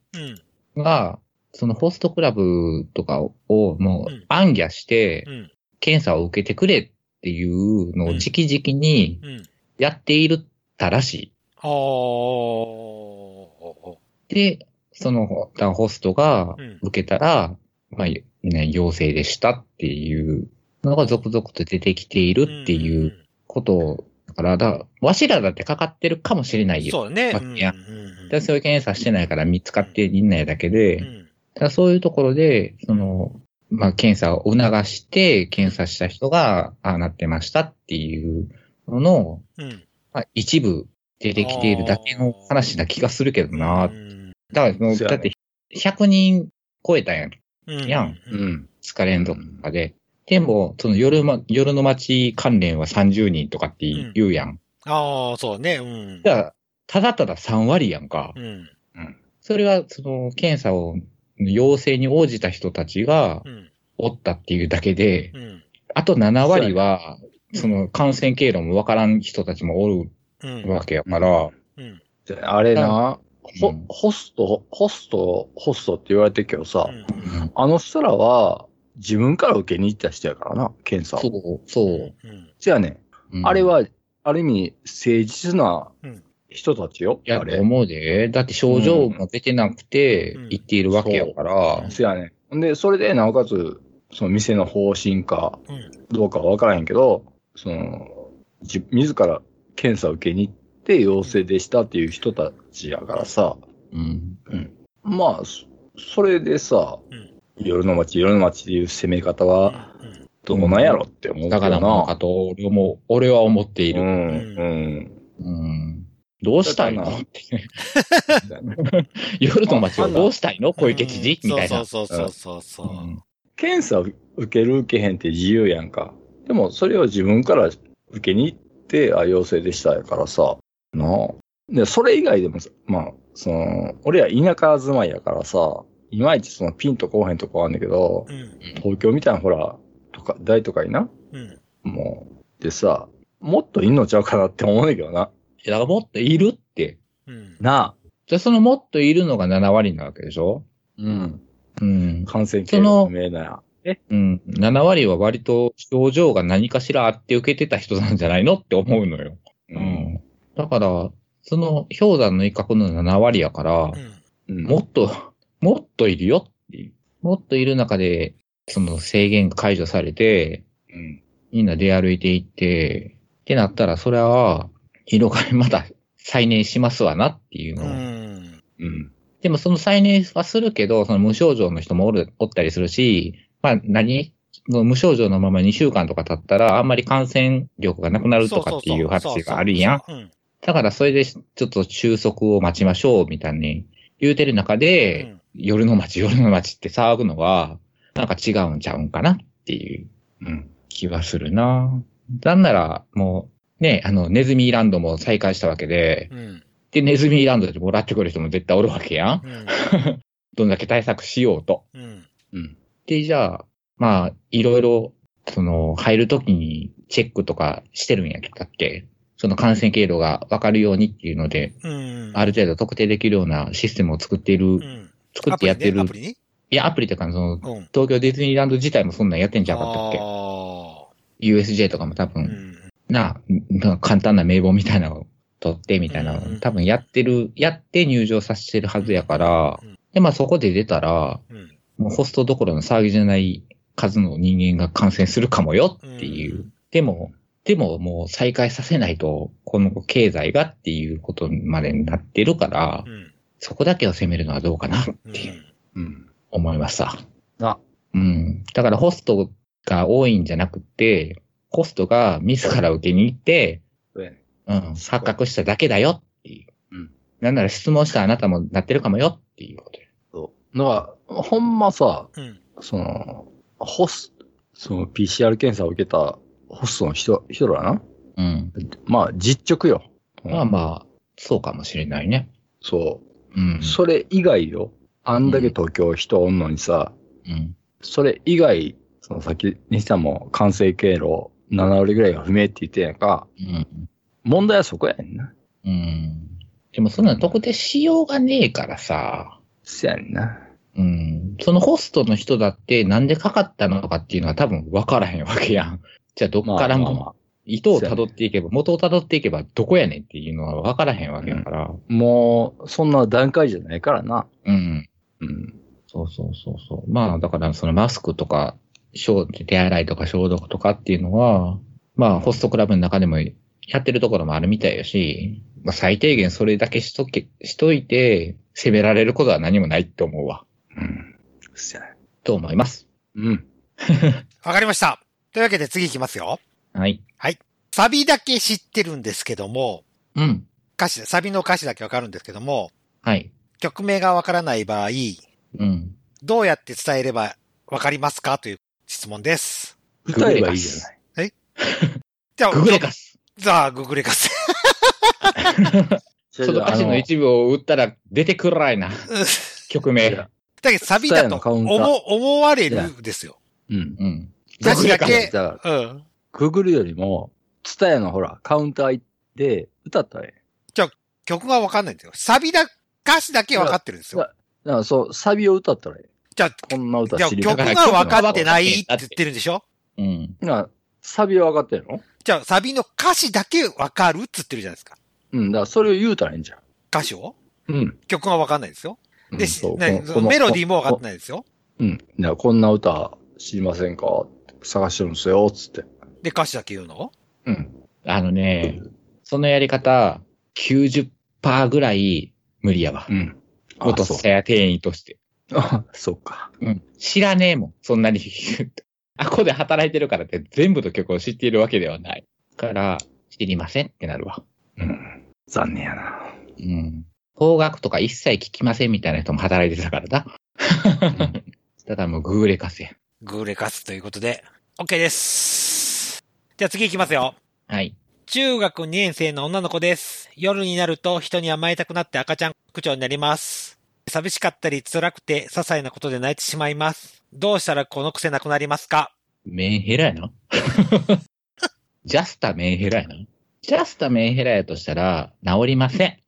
Speaker 1: うん。
Speaker 2: が、そのホストクラブとかをも
Speaker 1: うん
Speaker 2: う、暗夜して
Speaker 1: う、ん。
Speaker 2: 検査を受けてくれっていうのを直々に
Speaker 1: うん。
Speaker 2: やっているたらし
Speaker 1: お
Speaker 2: い。で、その、だホストが
Speaker 1: ー。うん。
Speaker 2: 受けたら、まあ、ね、陽性でしたっていうのが続々と出てきているっていうことを、だから、だわしらだってかかってるかもしれないよ。
Speaker 1: そうだね。
Speaker 2: まあ
Speaker 1: うん
Speaker 2: いや
Speaker 1: うん
Speaker 2: だそういう検査してないから見つかっていないだけで、
Speaker 1: うん
Speaker 2: ただそういうところで、その、まあ、検査を促して、検査した人が、ああなってましたっていうのの、
Speaker 1: うん。
Speaker 2: まあ、一部出てきているだけの話な気がするけどな。
Speaker 1: うん。
Speaker 2: だからその、
Speaker 3: そう
Speaker 2: だ
Speaker 3: やね
Speaker 2: って、100人超えたんやん。
Speaker 1: うん
Speaker 2: やん
Speaker 1: うん。
Speaker 2: 2日連続とかで。でも、その夜、ま、夜の街関連は30人とかって言うやん。
Speaker 1: ああ、そうね。うん
Speaker 2: じ。ゃあ、ただただ3割やんか。
Speaker 1: うん。
Speaker 2: それは、その、検査を、要請に応じた人たちが
Speaker 1: うん。
Speaker 2: おったっていうだけで、
Speaker 1: うん。
Speaker 2: あと7割は、その感染経路もわからん人たちもおる
Speaker 1: うん。
Speaker 2: わけやから、
Speaker 1: うん。
Speaker 3: であれな、
Speaker 2: う
Speaker 3: ほ
Speaker 2: ん
Speaker 3: ホスト、ホスト、ホストって言われてるけどさ、
Speaker 1: うん
Speaker 3: あの人らは自分から受けに行った人やからな、検査を。
Speaker 2: そう、そう。
Speaker 1: うん。
Speaker 3: じゃあね、
Speaker 2: うん
Speaker 3: あれ、は、ある意味、誠実な人たちよ。
Speaker 2: いや、
Speaker 3: あ
Speaker 2: と
Speaker 3: れ。
Speaker 2: 思うで。だって症状も出てなくて
Speaker 1: うん、
Speaker 2: 行っているわけやから、
Speaker 1: そう
Speaker 3: せやね。んで、それで、なおかつ、その店の方針か
Speaker 1: うん、
Speaker 3: どうかは分からへんけど、その、じ自ら検査を受けに行って陽性でしたっていう人たちやからさ、
Speaker 2: うん。
Speaker 3: まあ、そそれでさ、
Speaker 1: うん
Speaker 3: 夜の街、夜の街っていう攻め方は
Speaker 1: うん
Speaker 3: どうなんやろって思うけ
Speaker 2: だ
Speaker 3: ど
Speaker 2: から
Speaker 3: な。
Speaker 2: なのかと、俺も、俺は思っていうる。
Speaker 3: ん、
Speaker 1: う
Speaker 3: うん。
Speaker 2: うん。どうしたいの
Speaker 3: だからな
Speaker 2: って。 夜の街をどうしたいの小池知事みたいな。
Speaker 1: そうそうそうそう。
Speaker 2: う
Speaker 1: うん
Speaker 3: 検査を受ける受けへんって自由やんか。でもそれを自分から受けに行って、あ、陽性でしたやからさ。なあ。で、それ以外でもさ、まあ、その、俺は田舎住まいやからさ、いまいちそのピンとこうへんとこはあんだけど、
Speaker 1: ん。
Speaker 3: 東京みたいなほら、とか、大都会な、
Speaker 1: うん。
Speaker 3: もう、でさ、もっといんのちゃうかなって思うんだけどな。
Speaker 2: いやだからもっといるって。
Speaker 1: うん。
Speaker 3: な
Speaker 2: じゃあそのもっといるのが7割なわけでしょ
Speaker 3: あ。うん。
Speaker 2: うん。
Speaker 3: 感染経路不明なや。
Speaker 2: うん。7割は割と症状が何かしらあって受けてた人なんじゃないのって思うのよ。
Speaker 3: う。。
Speaker 2: だから、その氷山の一角の7割やから、
Speaker 3: うん
Speaker 2: もっと、もっといるよっていう。もっといる中で、その制限が解除されて、
Speaker 3: うん。
Speaker 2: みんな出歩いていって、ってなったら、それは、広がりまた再燃しますわなっていうの
Speaker 1: う
Speaker 2: を。
Speaker 1: ん。
Speaker 3: うん。
Speaker 2: でもその再燃はするけど、その無症状の人もおる、おったりするし、まあ何もう無症状のまま2週間とか経ったら、あんまり感染力がなくなるとかっていう話があるやん。
Speaker 1: うん。
Speaker 2: だからそれでちょっと収束を待ちましょうみたいに言うてる中で、夜の街、夜の街って騒ぐのは、なんか違うんちゃうんかなっていう
Speaker 3: うん。
Speaker 2: 気はするな。なんなら、もう、ね、あの、ネズミーランドも再開したわけで、
Speaker 1: うん。
Speaker 2: で、ネズミーランドでもらってくる人も絶対おるわけやん。
Speaker 1: うん。
Speaker 2: どんだけ対策しようと。
Speaker 1: うん。
Speaker 3: うん。
Speaker 2: で、じゃあ、まあ、いろいろ、その、入るときにチェックとかしてるんやったっけその感染経路がわかるようにっていうので、
Speaker 1: うん。
Speaker 2: ある程度特定できるようなシステムを作っている
Speaker 1: う、ん。
Speaker 2: 作ってやってる
Speaker 1: ア。プリね。
Speaker 2: いや、アプリとか、その、
Speaker 1: アプリねうん。
Speaker 2: 東京ディズニーランド自体もそんなんやってんじゃなかったっ
Speaker 1: あ
Speaker 2: け
Speaker 1: あ。
Speaker 2: ?USJ とかも多
Speaker 1: う
Speaker 2: 分、
Speaker 1: ん。
Speaker 2: な、な簡単な名簿みたいなのを取ってみたいな
Speaker 1: うん
Speaker 2: の、多分やってる、やって入場させてるはずやから
Speaker 1: うん、
Speaker 2: で、まあそこで出たら、
Speaker 1: うん。
Speaker 2: もうホストどころの騒ぎじゃない数の人間が感染するかもよっていう。でも、でももう再開させないと、この経済がっていうことまでなってるから
Speaker 1: う、ん。
Speaker 2: そこだけを責めるのはどうかなって
Speaker 3: うん。
Speaker 2: 思いました。
Speaker 3: な。
Speaker 2: うん。だからホストが多いんじゃなくて、ホストが自ら受けに行って、
Speaker 3: そうやね
Speaker 2: うん、発覚しただけだよっていう。
Speaker 3: うん
Speaker 2: なんなら質問したあなたもなってるかもよっていうこと。
Speaker 3: そう。だから、ほんまさ、
Speaker 1: うん。
Speaker 3: その、ホス、その PCR 検査を受けたホストの人、人らな。
Speaker 2: うん。
Speaker 3: まあ、実直よ。
Speaker 2: まあまあ、そうかもしれないね。
Speaker 3: そ
Speaker 2: うん
Speaker 3: う。。それ以外よ。あんだけ東京人おんのにさ、
Speaker 2: うん。
Speaker 3: それ以外、そのさっき西さんも感染経路7割ぐらいが不明って言ってんやんか、
Speaker 2: うん。
Speaker 3: 問題はそこやねんな。
Speaker 2: うん。でもそんなの特定しようがねえからさ、
Speaker 3: せやねんな。
Speaker 2: うん。そのホストの人だってなんでかかったのかっていうのは多分分からへんわけやん。じゃあどっ
Speaker 3: まあ
Speaker 2: から
Speaker 3: まあ
Speaker 2: も
Speaker 3: まあ
Speaker 2: 糸を辿っていけば、元を辿っていけば、どこやねんっていうのは分からへんわけだから。
Speaker 3: もう、そんな段階じゃないからな。
Speaker 2: うん。
Speaker 3: うん。
Speaker 2: そうそうそうそう。まあ、だから、そのマスクとか、消手洗いとか消毒とかっていうのは、まあ、ホストクラブの中でもやってるところもあるみたいやし、まあ、最低限それだけしとけ、しといて、責められることは何もないと思うわ。
Speaker 3: うん。せやね
Speaker 2: と思います。
Speaker 3: んうん。
Speaker 1: わかりました。というわけで次いきますよ。
Speaker 2: はい。
Speaker 1: サビだけ知ってるんですけども、
Speaker 2: うん。
Speaker 1: 歌詞、サビの歌詞だけわかるんですけども、
Speaker 2: はい。
Speaker 1: 曲名がわからない場合、
Speaker 2: うん。
Speaker 1: どうやって伝えればわかりますかという質問です。
Speaker 3: 歌えばいいじゃない。
Speaker 1: じゃあ、
Speaker 2: ググレカス。
Speaker 1: じゃあ、ググレカス。
Speaker 3: そ
Speaker 2: その歌詞の一部を打ったら出てくるらいな、曲名。
Speaker 1: だけどサビだと
Speaker 3: スターのカウンター
Speaker 1: 思思われるですよ。
Speaker 3: うん。
Speaker 2: うん。
Speaker 1: 歌詞だ
Speaker 3: だ
Speaker 1: け、
Speaker 3: から
Speaker 1: うん。
Speaker 3: ググるよりも、ツタヤのほら、カウンター行って、歌ったらえ
Speaker 1: 曲がわかんないんですよ。サビだ、歌詞だけわかってるんですよ。
Speaker 3: え。だからそう、サビを歌ったらえ
Speaker 1: じゃあ、
Speaker 3: え。こんな歌
Speaker 1: じゃあ
Speaker 3: 知りま
Speaker 1: 曲
Speaker 3: せん
Speaker 2: い
Speaker 1: がわかってないって言ってるんでしょ
Speaker 2: うん。
Speaker 3: なサビは分かってるの
Speaker 1: じゃあ、サビの歌詞だけわかるっつってるじゃないですか。
Speaker 3: うん、だからそれを言うたらいいんじゃん。
Speaker 1: 歌詞を
Speaker 3: うん。
Speaker 1: 曲がわかんないですよ。
Speaker 3: うん
Speaker 1: で、
Speaker 3: そう
Speaker 1: ね
Speaker 3: このこの
Speaker 1: メロディーもわかって
Speaker 3: こ
Speaker 1: ないですよ。
Speaker 3: うん。だからこんな歌知りませんか探してるんですよ、つって。
Speaker 1: で、歌詞だけ言うの
Speaker 3: うん。
Speaker 2: あのね、そのやり方、90%ぐらい無理やわ
Speaker 3: う。ん。あ
Speaker 2: 元
Speaker 3: そう
Speaker 2: さや店員として。
Speaker 3: あ、そうか。
Speaker 2: うん。知らねえもん。そんなに。 あ、ここで働いてるからって全部の曲を知っているわけではない。から、知りませんってなるわ。
Speaker 3: うん。残念やな。
Speaker 2: うん。方角とか一切聞きませんみたいな人も働いてたから な。ただもうグーレカスや。
Speaker 1: グーレカスということで、OK です。じゃあ次行きますよ。
Speaker 2: はい。
Speaker 1: 中学2年生の女の子です。夜になると人に甘えたくなって赤ちゃん口調になります。寂しかったり辛くて些細なことで泣いてしまいます。どうしたらこの癖なくなりますか
Speaker 2: メンヘラや な。ジャスタメンヘラやな。ジャスタメンヘラやとしたら、治りま せん。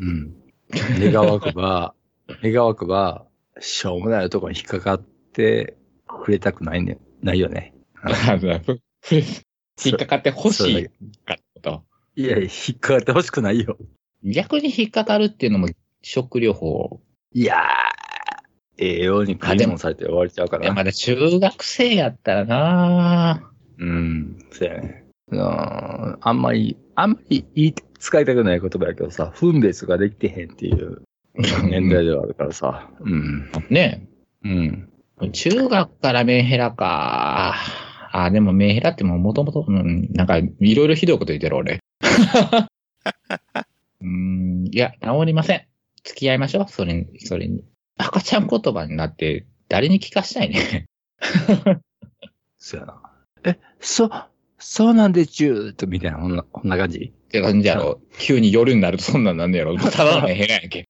Speaker 3: うん。願わくば、願わくば、しょうもないとこに引っかかって、触れたくないね、ないよね。
Speaker 2: 引っかかってほ
Speaker 3: そ
Speaker 2: し
Speaker 3: う
Speaker 2: い
Speaker 3: だけ
Speaker 2: かってこと。
Speaker 3: いや、引っかかってほしくないよ。
Speaker 2: 逆に引っかかるっていうのも、ショック療法。
Speaker 3: いやー、栄養に食いもされて終わりちゃうか
Speaker 2: いや、
Speaker 3: ら。
Speaker 2: まだ中学生やったらな
Speaker 3: うん、そうやね。うんあんまり、あんまり言い使いたくない言葉やけどさ、分別ができてへんっていう年代ではあるからさ。うん。
Speaker 2: ね
Speaker 3: うん。
Speaker 2: 中学からメンヘラか。あ、でもメンヘラってもともと、うんなんか、いろいろひどいこと言ってる、俺。うん、いや、治りません。付き合いましょう、それに、それに。赤ちゃん言葉になって、誰に聞かしたいね。
Speaker 3: そうやな。え、そ、そうなんでちゅーと、みたいな、こんな、こんな感じ
Speaker 2: って感じやろ。急に夜になるとそんなんなんねや ろ。ただのメンヘラやんけ。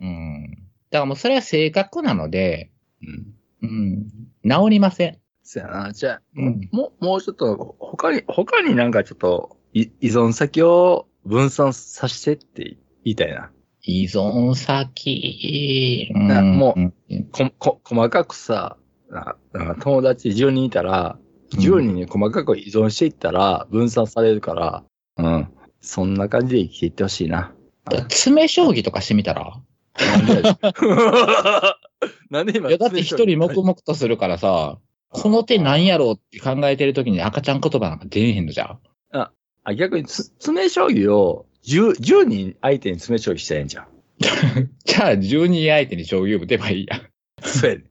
Speaker 2: うん。だからもうそれは性格なので、
Speaker 3: うん。
Speaker 2: うん、治りません。
Speaker 3: そうやな。じゃあ、
Speaker 2: うん
Speaker 3: もう、もうちょっと、他に、他になんかちょっと、い依存先を分散させてって言いたいな。
Speaker 2: 依存先、
Speaker 3: なもう
Speaker 2: うん、
Speaker 3: こ、こ、細かくさ、ななんか友達10人いたら、10人に細かく依存していったら、分散されるから、うん。そんな感じで生きていってほしいな。
Speaker 2: 詰め将棋とかしてみたら
Speaker 3: なん でなんで今
Speaker 2: いや、だって一人黙々とするからさ、この手なんやろうって考えてる時に赤ちゃん言葉なんか出えへんのじゃん。
Speaker 3: あ、逆につ、詰め将棋を10、10人相手に詰め将棋したらええんじゃん。
Speaker 2: じゃあ、10人相手に将棋部出ばいいやん。
Speaker 3: そうやね。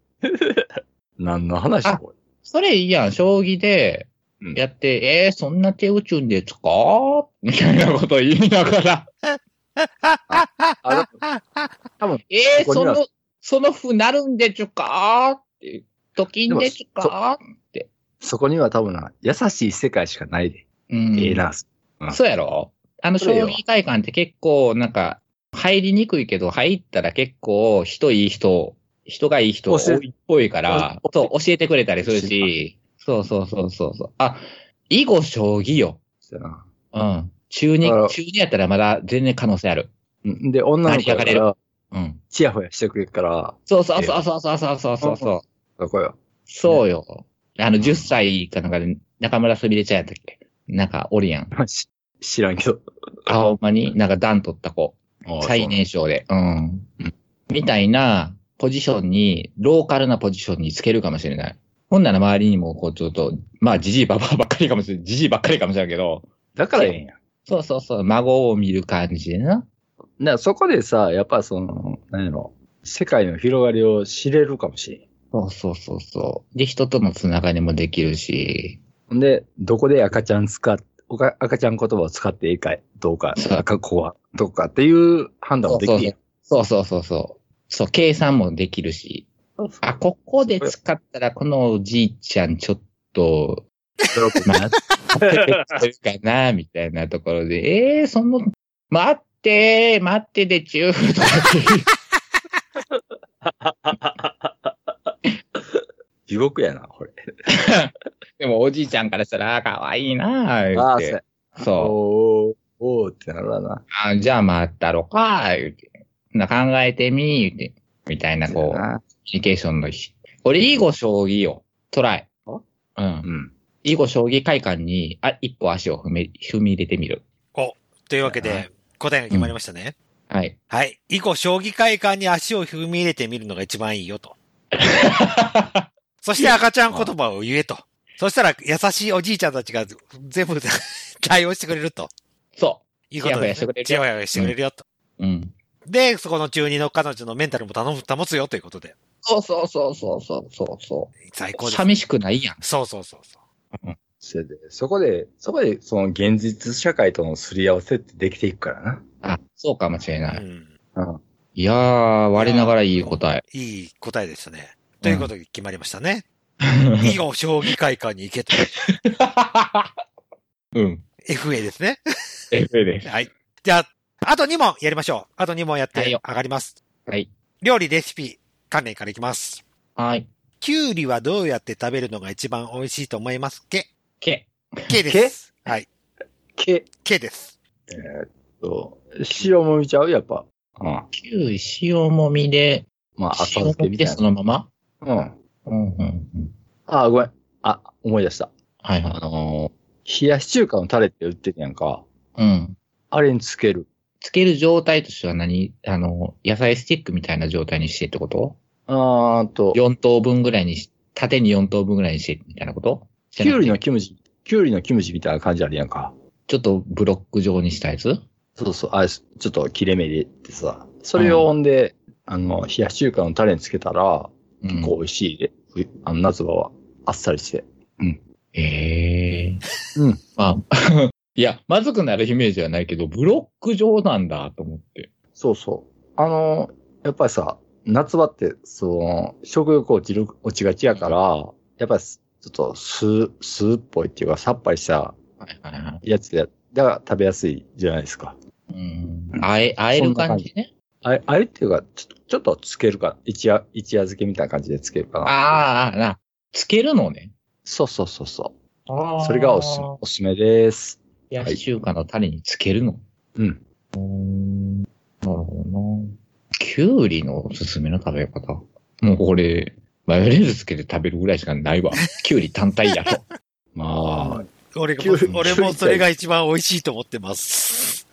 Speaker 3: 何の話だこ
Speaker 2: それいいやん、将棋で
Speaker 3: うん、
Speaker 2: やって、えー、そんな手打ちんですかみたいなこと言いなが ら、
Speaker 3: れ。あだ
Speaker 2: えー、
Speaker 3: ここ
Speaker 2: そ
Speaker 3: には
Speaker 2: の、その歩なるんでちゅかって、と金でちゅか
Speaker 3: そこには多分な、優しい世界しかないで。
Speaker 2: うん
Speaker 3: ええな。うん
Speaker 2: そうやろあの、
Speaker 3: それええ
Speaker 2: 将
Speaker 3: わ
Speaker 2: 棋会館って結構、なんか、入りにくいけど、入ったら結構、人いい人、人がいい人多
Speaker 3: 教え
Speaker 2: いっぽいから、
Speaker 3: 教
Speaker 2: そ
Speaker 3: え
Speaker 2: う、教えてくれたりするし、そうそうそうそうそう。あ、囲碁将棋よ。
Speaker 3: そうやな
Speaker 2: うん。中二
Speaker 3: だから
Speaker 2: 中二やったらまだ全然可能性ある。
Speaker 3: うんで、女の子
Speaker 2: 成り上
Speaker 3: が
Speaker 2: うん。
Speaker 3: チヤホヤしてくれるから、
Speaker 2: そうそうそうそうそうそうそうそうそう。
Speaker 3: そこよ。
Speaker 2: そうよ。あの、10歳かなんかで、中村すみれちゃんやったっけなんか、おるやん。
Speaker 3: し知らんけど。
Speaker 2: あ、ほんまになんか段取った子。最年少で。うん。みたいなポジションに、ローカルなポジションにつけるかもしれない。ほんなら周りにも、こう、ちょっと、まあ、じじいばばばっかりかもしれない。じじいばっかりかもしれないけど、
Speaker 3: だからええんや。
Speaker 2: そうそうそう、孫を見る感じでな。
Speaker 3: だからそこでさ、やっぱその、何やろ、世界の広がりを知れるかもし
Speaker 2: そうそうそうそう。で、人とのつながりもできるし、
Speaker 3: れん。んで、どこで赤ちゃん使っ、おか赤ちゃん言葉を使っていいかい、どうか、
Speaker 2: そう
Speaker 3: 赤子は、どうかっていう判断もできるやん。
Speaker 2: そうそうそうそう。そう、計算もできるし。あ、ここで使ったら、このおじいちゃん、ちょっと、
Speaker 3: 喜ぶ
Speaker 2: まあ、立ててるかな、みたいなところで、えー、その、待って、待ってでちゅーとか
Speaker 3: 地獄やな、これ。
Speaker 2: でもおじいちゃんからしたら、あーかわいいなー言
Speaker 3: あ
Speaker 2: っ
Speaker 3: あ、
Speaker 2: て。
Speaker 3: そう。
Speaker 2: そう。
Speaker 3: おーおーってなるわな。
Speaker 2: あーじゃあまたろかー言うて。な考えてみー言うて。みたいな、こう、コミ
Speaker 3: う。
Speaker 2: ュニケーションの日。俺、囲碁将棋よ。トライ。
Speaker 3: お
Speaker 2: うん。
Speaker 3: うん。
Speaker 2: 囲碁将棋会館に、あ、一歩足を踏み、踏み入れてみる。
Speaker 1: お、というわけ
Speaker 3: は
Speaker 1: で、答えが決まりましたね。
Speaker 2: はい。
Speaker 1: はい。以降、将棋会館に足を踏み入れてみるのが一番いいよ と。そして赤ちゃん言葉を言えと。そしたら、優しいおじいちゃんたちが全部 対応してくれると。
Speaker 2: そ
Speaker 1: いうことです、ね。
Speaker 2: ち
Speaker 1: ち
Speaker 2: やほ
Speaker 1: やほやしてくれるよと。
Speaker 2: う。うん。で
Speaker 1: で、そこの中二の彼女のメンタルも頼む、保つよということで。
Speaker 2: そうそうそうそうそうそうそ
Speaker 1: 最高
Speaker 2: う。
Speaker 1: です。
Speaker 2: 寂しくないやん。
Speaker 1: そうそうそうそう。
Speaker 3: それで、そこで、そこで、その現実社会とのすり合わせってできていくからな。
Speaker 2: あ、そうかもしれない。
Speaker 1: うん。
Speaker 2: いやー、我ながらいい答 え。
Speaker 1: いい答えでしたね。ということで決まりました ね。以後、将棋会館に行けと。
Speaker 2: うん。
Speaker 1: FA ですね。
Speaker 2: FA です。
Speaker 1: はい。じゃあ、あと2問やりましょう。あと2問やっ
Speaker 2: はい
Speaker 1: て上
Speaker 2: よ
Speaker 1: がります。
Speaker 2: はい。
Speaker 1: 料理レシピ関連からいきます。
Speaker 2: はい。
Speaker 1: きゅうりはどうやって食べるのが一番美味しいと思いますけ
Speaker 2: け。
Speaker 1: けです。はい。
Speaker 3: け。
Speaker 1: けです。
Speaker 3: えーっと、塩もみちゃうやっぱ。
Speaker 2: あ、キウイ塩もみで、
Speaker 3: まあ、浅
Speaker 2: 塩
Speaker 3: 漬
Speaker 2: も
Speaker 3: け
Speaker 2: み
Speaker 3: み
Speaker 2: で
Speaker 3: たい
Speaker 2: そ
Speaker 3: な。
Speaker 2: のまま
Speaker 3: うん。あ
Speaker 2: うんうんうん。
Speaker 3: あー、ごめん。あ、思い出した。
Speaker 2: はい、あの
Speaker 3: 冷やし中華のタレって売ってるやんか。
Speaker 2: ー、うん。
Speaker 3: あれにつける。
Speaker 2: つける状態としては何あのー、野菜スティックみたいな状態にしてってこと
Speaker 3: あーっと、
Speaker 2: ?4 等分ぐらいにし、縦に4等分ぐらいにしてみたいなこと
Speaker 3: きゅうり
Speaker 2: じゃなくて
Speaker 3: のキムチ、きゅうりのキムチみたいな感じあるやんか。
Speaker 2: ちょっとブロック状にしたやつ
Speaker 3: そうそう、あれ、ちょっと切れ目入れてさ。それをほんで、あの、冷やし中華のタレにつけたら、
Speaker 2: うん
Speaker 3: 結構美味しいで。うあの、夏場は、あっさりして。
Speaker 2: ええ
Speaker 3: うん。
Speaker 2: まあ、 いや、まずくなるイメージはないけど、ブロック状なんだと思って。
Speaker 3: そうそう。あの、やっぱりさ、夏場って、その、食欲落ちる、落ちがちやから、やっぱりす、ちょっと酢、酢っぽいっていうか、さっぱりした
Speaker 2: はいはいはい。
Speaker 3: やつで、だから食べやすいじゃないですか。
Speaker 2: うん。あえ、あえる感じね。
Speaker 3: あれ、あれっていうか、ちょっと、ちょっとつけるか、一夜、一夜漬けみたいな感じでつけるかな。
Speaker 2: あーあー、な、つけるのね。
Speaker 3: そうそうそうそ
Speaker 2: あ
Speaker 3: う。それがおすすめ、おすすめです。
Speaker 2: 冷やし中華のタレにつけるの。
Speaker 3: うん。
Speaker 2: なるほどな。きゅうりのおすすめの食べ方。もうこれ、マヨネーズつけて食べるぐらいしかないわ。きゅうり単体やろ。
Speaker 3: まあ、
Speaker 1: 俺も
Speaker 3: きゅうり、
Speaker 1: 俺もそれが一番美味しいと思ってます。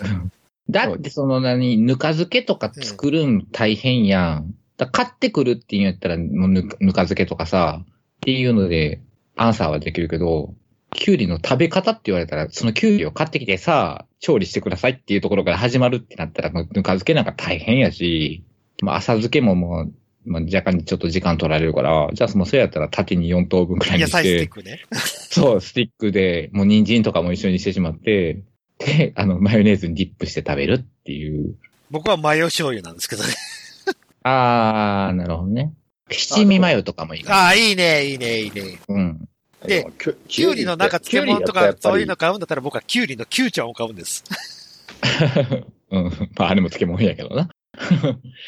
Speaker 2: だってその何、ぬか漬けとか作るん大変やん。だ買ってくるっていうんやったら、もうぬかぬか漬けとかさ、っていうので、アンサーはできるけど、きゅうりの食べ方って言われたら、そのきゅうりを買ってきてさ、調理してくださいっていうところから始まるってなったら、もうぬか漬けなんか大変やし、まあ、浅漬けももう、まあ、若干ちょっと時間取られるから、じゃあもうそれやったら縦に4等分くらいに
Speaker 1: 野
Speaker 2: して。
Speaker 1: 菜スティックね。
Speaker 2: そう、スティックで、もう人参とかも一緒にしてしまって、で、あの、マヨネーズにディップして食べるっていう。
Speaker 1: 僕はマヨ醤油なんですけどね。
Speaker 2: あー、なるほどね。七味マヨとかもいいか
Speaker 1: ああ、いいね、いいね、いいね。
Speaker 2: な。うん。
Speaker 1: で
Speaker 3: もきゅ、
Speaker 1: きゅうりの中
Speaker 3: きゅ
Speaker 1: 漬
Speaker 3: り
Speaker 1: 物とか、そういうの
Speaker 3: やっ
Speaker 1: 買うんだったら僕はきゅうりのきゅうちゃんを買うんです。
Speaker 2: うん。まあ、あれも漬物やけどな。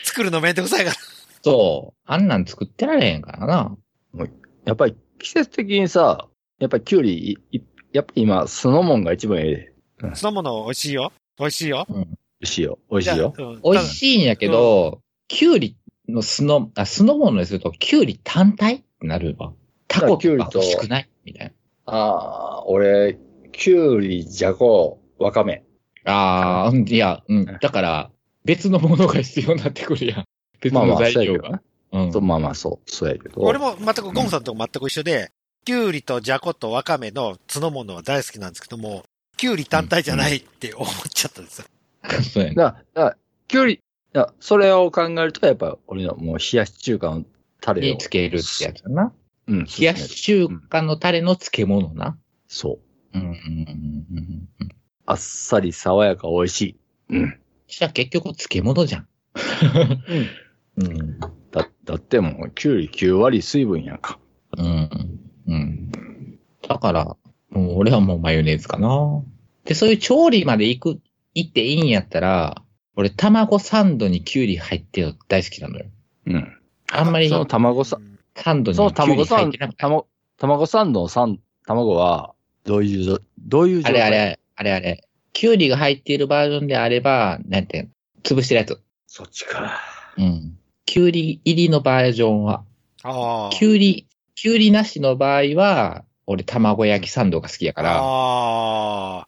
Speaker 1: 作るのめんどくさいから。
Speaker 2: そう。あんなん作ってられへんからな。
Speaker 3: ぱりやっぱり季節的にさ、やっぱりきゅうり、いいやっぱり今、酢のもんが一番ええで。
Speaker 1: そのもの美味しいよ。美味しいよ。
Speaker 3: 美味しいよ。美味しいよ。
Speaker 1: じゃあ。うん
Speaker 2: 美味しいんやけど、きゅうりの酢の、あ、酢の物にすると、きゅうり単体ってなるわ。タコ
Speaker 3: きゅう
Speaker 2: と
Speaker 3: り
Speaker 2: か
Speaker 3: と
Speaker 2: 欲しくないみたい
Speaker 3: ああ、俺、きゅうり、じゃこ、わかめ。
Speaker 2: な。あー、うんいや、うん。だから、別のものが必要になってくるやん。別
Speaker 3: まあま
Speaker 2: の
Speaker 3: あ、
Speaker 2: 材
Speaker 3: そうや
Speaker 2: 料が
Speaker 3: けど。ね。
Speaker 2: うん
Speaker 3: そうまあまあ、そう、そうやけど。
Speaker 1: 俺も全くゴムさんと全く一緒で、キュウリとジャコとワカメの酢の物は大好きなんですけども、キュウリ単体じゃないって思っちゃったんですよ。
Speaker 2: そうやね。
Speaker 3: だだから、きゅうり、いや、それを考えると、やっぱ俺のもう冷やし中華のタレを。
Speaker 2: につけるってやつだな。
Speaker 3: うん、
Speaker 2: 冷やし中華のタレの漬物な。
Speaker 3: そ
Speaker 2: う
Speaker 3: う。
Speaker 2: んうんうんうんうん。
Speaker 3: あっさり、爽やか、美味しい。うん。
Speaker 2: じゃあ結局漬物じゃん。うん。
Speaker 3: だ、だってもう、きゅうり9割水分やんか。
Speaker 2: うん。うん。だから、もう俺はもうマヨネーズかな。で、そういう調理まで行く、行っていいんやったら、俺卵サンドにキュウリ入ってるの大好きなのよ。
Speaker 3: うん。
Speaker 2: あんまり
Speaker 3: その卵さ
Speaker 1: う、ん
Speaker 2: サンドに
Speaker 3: その
Speaker 2: キュウ
Speaker 3: 卵
Speaker 2: リ
Speaker 3: さ
Speaker 2: 入っ
Speaker 3: ん
Speaker 2: てなく、て。
Speaker 3: 卵、卵サンドのサン卵は、どういうじょ、どういう
Speaker 2: あれあれ、あれあれ。キュウリが入っているバージョンであれば、なんていうの、潰してるやつ。
Speaker 3: そっちか。
Speaker 2: うん。キュウリ入りのバージョンは、
Speaker 1: ああ。
Speaker 2: キュウリ、キュウリなしの場合は、俺卵焼きサンドが好きやから、あ
Speaker 1: ああ。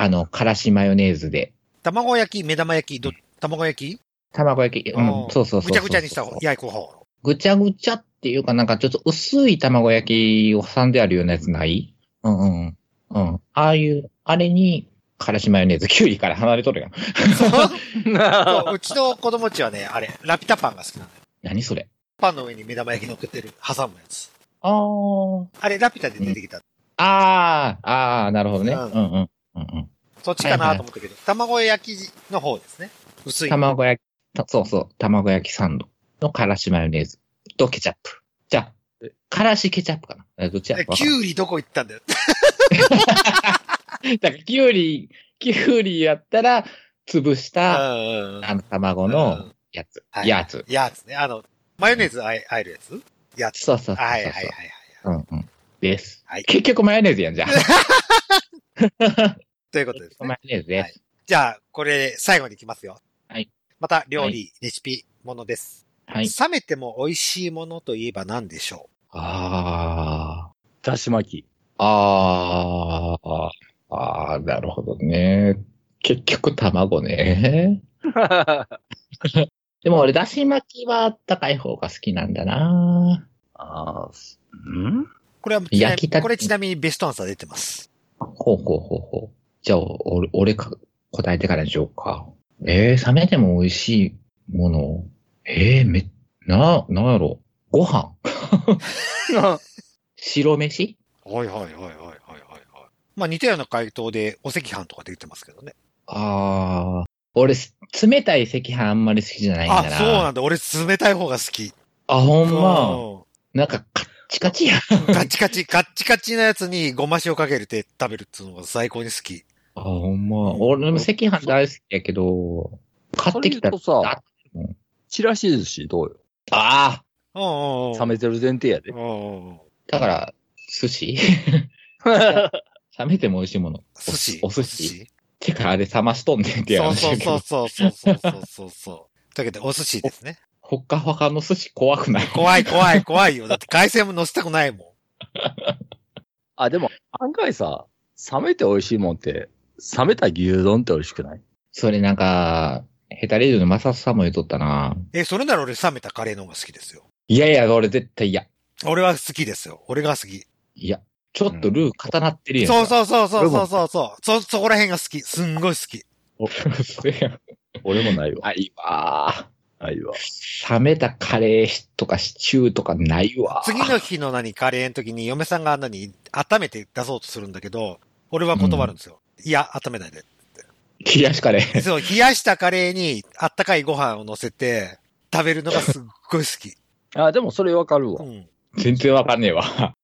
Speaker 3: あー
Speaker 2: の、からしマヨネーズで、
Speaker 1: 卵焼き、目玉焼き、ど、卵焼き
Speaker 2: 卵焼き、う
Speaker 1: あ
Speaker 2: ん
Speaker 1: ー、
Speaker 2: そうそうそうそう
Speaker 1: ぐちゃぐちゃにした方、焼く方。
Speaker 2: ぐちゃぐちゃっていうかなんかちょっと薄い卵焼きを挟んであるようなやつないうんうんうん。うん。ああいう、あれに、からしマヨネーズ、キュウリから離れとるやん。
Speaker 1: そううちの子供ちはね、あれ、ラピュタパンが好きなのよ。
Speaker 2: 何それ
Speaker 1: パンの上に目玉焼き乗っけてる、挟むやつ。
Speaker 2: あー。
Speaker 1: あれ、ラピュタで出てきた。
Speaker 2: ああ、ああ、なるほどね。
Speaker 1: う
Speaker 2: うんんうん。うんうん、
Speaker 1: そっちかなと思ったけど、卵焼きの方ですね。薄い。
Speaker 2: 卵焼き、たそうそう、卵焼きサンドのからしマヨネーズとケチャップ。じゃあ
Speaker 3: え、
Speaker 2: からしケチャップかなえどっちや
Speaker 1: え
Speaker 2: わか
Speaker 1: キ
Speaker 2: んない
Speaker 1: ュウリどこ行ったんだよ。
Speaker 2: だからキュウリ、キュウリやったら、潰した、
Speaker 1: うんうんうん
Speaker 2: あの、卵
Speaker 1: う
Speaker 2: の
Speaker 1: ん
Speaker 2: やつ。
Speaker 1: はい
Speaker 2: やつ。
Speaker 1: やつね。あの、マヨネーズあえあえるやつやつ。
Speaker 2: そうそうそうそう。
Speaker 1: はいはいはいはい。
Speaker 2: うんうん。です。
Speaker 1: はい
Speaker 2: 結局マヨネーズやんじ ゃん。
Speaker 1: ということです
Speaker 2: 結局
Speaker 1: ね
Speaker 2: マ。ヨネーズです。
Speaker 1: じゃあ、これ、最後にいきますよ。
Speaker 2: はい。
Speaker 1: また、料理、
Speaker 2: は
Speaker 1: レシピ、ものです。
Speaker 2: はい。
Speaker 1: 冷めても美味しいものといえば何でしょ
Speaker 2: あ
Speaker 3: だし巻き。
Speaker 2: あ、ああ、ああ、なるほどね。結局 卵ね。
Speaker 3: あ
Speaker 2: でも俺、だし巻きはあったかい方が好きなんだな。
Speaker 3: あ、すん
Speaker 1: うこれはちなみに
Speaker 2: 焼きたて
Speaker 1: これちなみにベストアンサー出てます。
Speaker 2: ほうほうほうほう。じゃあ、俺、俺か、答えてからにしようか。えー、冷めても美味しいもの。えー、め、な、なんやろ。ご 飯白飯
Speaker 1: はいはいはいはいはいはい。まあ似たような回答で、お赤飯とか出てますけどね。
Speaker 2: ああ、俺、す冷たい赤飯あんまり好きじゃないんだ
Speaker 1: あ、
Speaker 2: な。
Speaker 1: そうなんだ。俺冷たい方が好き。
Speaker 2: あ、ほんま。
Speaker 1: ま
Speaker 2: なんか、カッチカチや。
Speaker 1: ガチカチ、ガッチカチなやつにごま塩かけるって食べるっていうのが最高に好き。
Speaker 2: あ、ほんま。俺も赤飯大好きやけど、買ってきた
Speaker 3: それ言うとさ
Speaker 2: うん、
Speaker 3: ちらし寿司どう
Speaker 2: ああ、
Speaker 1: うんうんうん
Speaker 3: よ冷めてる前提やで。
Speaker 1: うんうんうん
Speaker 2: だから、寿 司冷めても美味しいもの。
Speaker 1: 寿司。
Speaker 2: お寿司てか、あれ冷ましとんねんってや
Speaker 1: そうそ
Speaker 2: ら
Speaker 1: う
Speaker 2: けど
Speaker 1: そうそうそうそうそうそう。というわけで、お寿司ですね。
Speaker 2: ほっかほかの寿司怖くない
Speaker 1: 怖い怖い怖いよ。だって海鮮も乗せたくないもん。
Speaker 3: あ、でも案外さ、冷めて美味しいもんって、冷めた牛丼って美味しくない
Speaker 2: それなんか、ヘタレージのマサスさんも言っとったな。
Speaker 1: え、それなら俺冷めたカレーの方が好きですよ。
Speaker 2: いやいや、俺絶対嫌。
Speaker 1: 俺は好きですよ。俺が好き。
Speaker 2: いや、ちょっとルー固なってるやん。
Speaker 1: そうそうそうそうそうそうそう。そ、そこら辺が好き。すんごい好き。
Speaker 2: う。 それやん。
Speaker 3: 俺もないわ。
Speaker 2: あいわ
Speaker 3: ないわ。
Speaker 2: ー。冷めたカレーとかシチューとかないわー。
Speaker 1: 次の日の何、カレーの時に嫁さんが何、温めて出そうとするんだけど、俺は断るんですよ。いや、温めないで。
Speaker 2: 冷やしカレー。
Speaker 1: そう、冷やしたカレーにあったかいご飯を乗せて、食べるのがすっごい好き。
Speaker 3: あ、でもそれわかる
Speaker 1: う
Speaker 3: わ。
Speaker 1: ん。
Speaker 2: 全然わかんねえわ。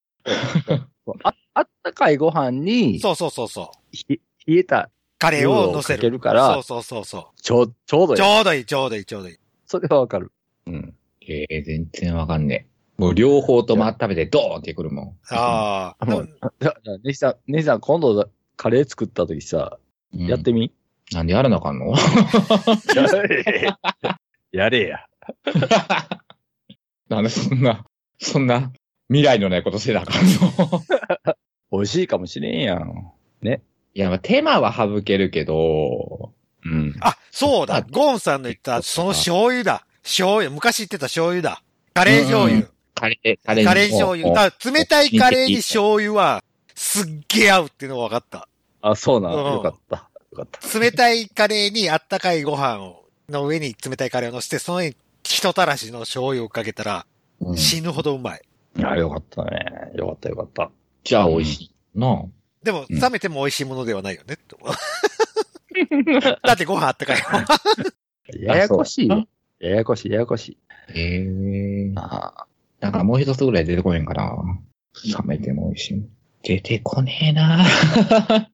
Speaker 3: ああったかいご飯に、
Speaker 1: そうそうそうそう。
Speaker 3: ひ冷えた、
Speaker 1: カレーを乗せる。
Speaker 3: ルーをかけるから
Speaker 1: そうそうそうそ
Speaker 3: ちょう、ちょうど
Speaker 1: う。
Speaker 3: い
Speaker 1: ち
Speaker 3: い。
Speaker 1: ょうどいい、ちょうどいい、ちょうどいい。
Speaker 3: それはわかる。
Speaker 2: うん。ええ全然わかんねえ。もう両方とも食べてドーンってくるもん。
Speaker 1: ああ。
Speaker 3: もうだからネヒさん、ネヒさん今度だカレー作った時さ、
Speaker 2: うん
Speaker 3: やってみ。
Speaker 2: なんでやらなあかんの
Speaker 3: やれや。
Speaker 2: なんでそんな、そんな未来のないことしてなあかんの
Speaker 3: 美味しいかもしれんやん。
Speaker 2: いや、まあ、手間は省けるけど、
Speaker 3: うん。
Speaker 1: あ、そうだ。
Speaker 2: あ
Speaker 1: ゴーンさんの言った、その醤油だ。醤油。昔言ってた醤油だ。カレー醤油。
Speaker 2: カレー、カレーに
Speaker 1: カレー醤油。
Speaker 2: もう
Speaker 1: だから冷たいカレーに醤油は、すっげえ合うっていうのが分かった。
Speaker 3: あ、そうな
Speaker 1: うん
Speaker 3: の。よかった。よかった。
Speaker 1: 冷たいカレーにあったかいご飯を、の上に冷たいカレーを乗せて、その上に人たらしの醤油をかけたら、
Speaker 2: うん
Speaker 1: 死ぬほどうまい。
Speaker 3: いや、よかったね。よかった、よかった。
Speaker 2: じゃあ美味しい。なあ。
Speaker 1: でも、
Speaker 2: うん
Speaker 1: 冷めても美味しいものではないよね、 とだってご飯あったかいもん。
Speaker 3: ややこしい
Speaker 2: あそ
Speaker 3: よ
Speaker 2: う。
Speaker 3: ややこしい、ややこしい。
Speaker 2: ええ
Speaker 3: あ
Speaker 2: なんかもう一つぐらい出てこへんかな。冷めても美味しい。出てこねえな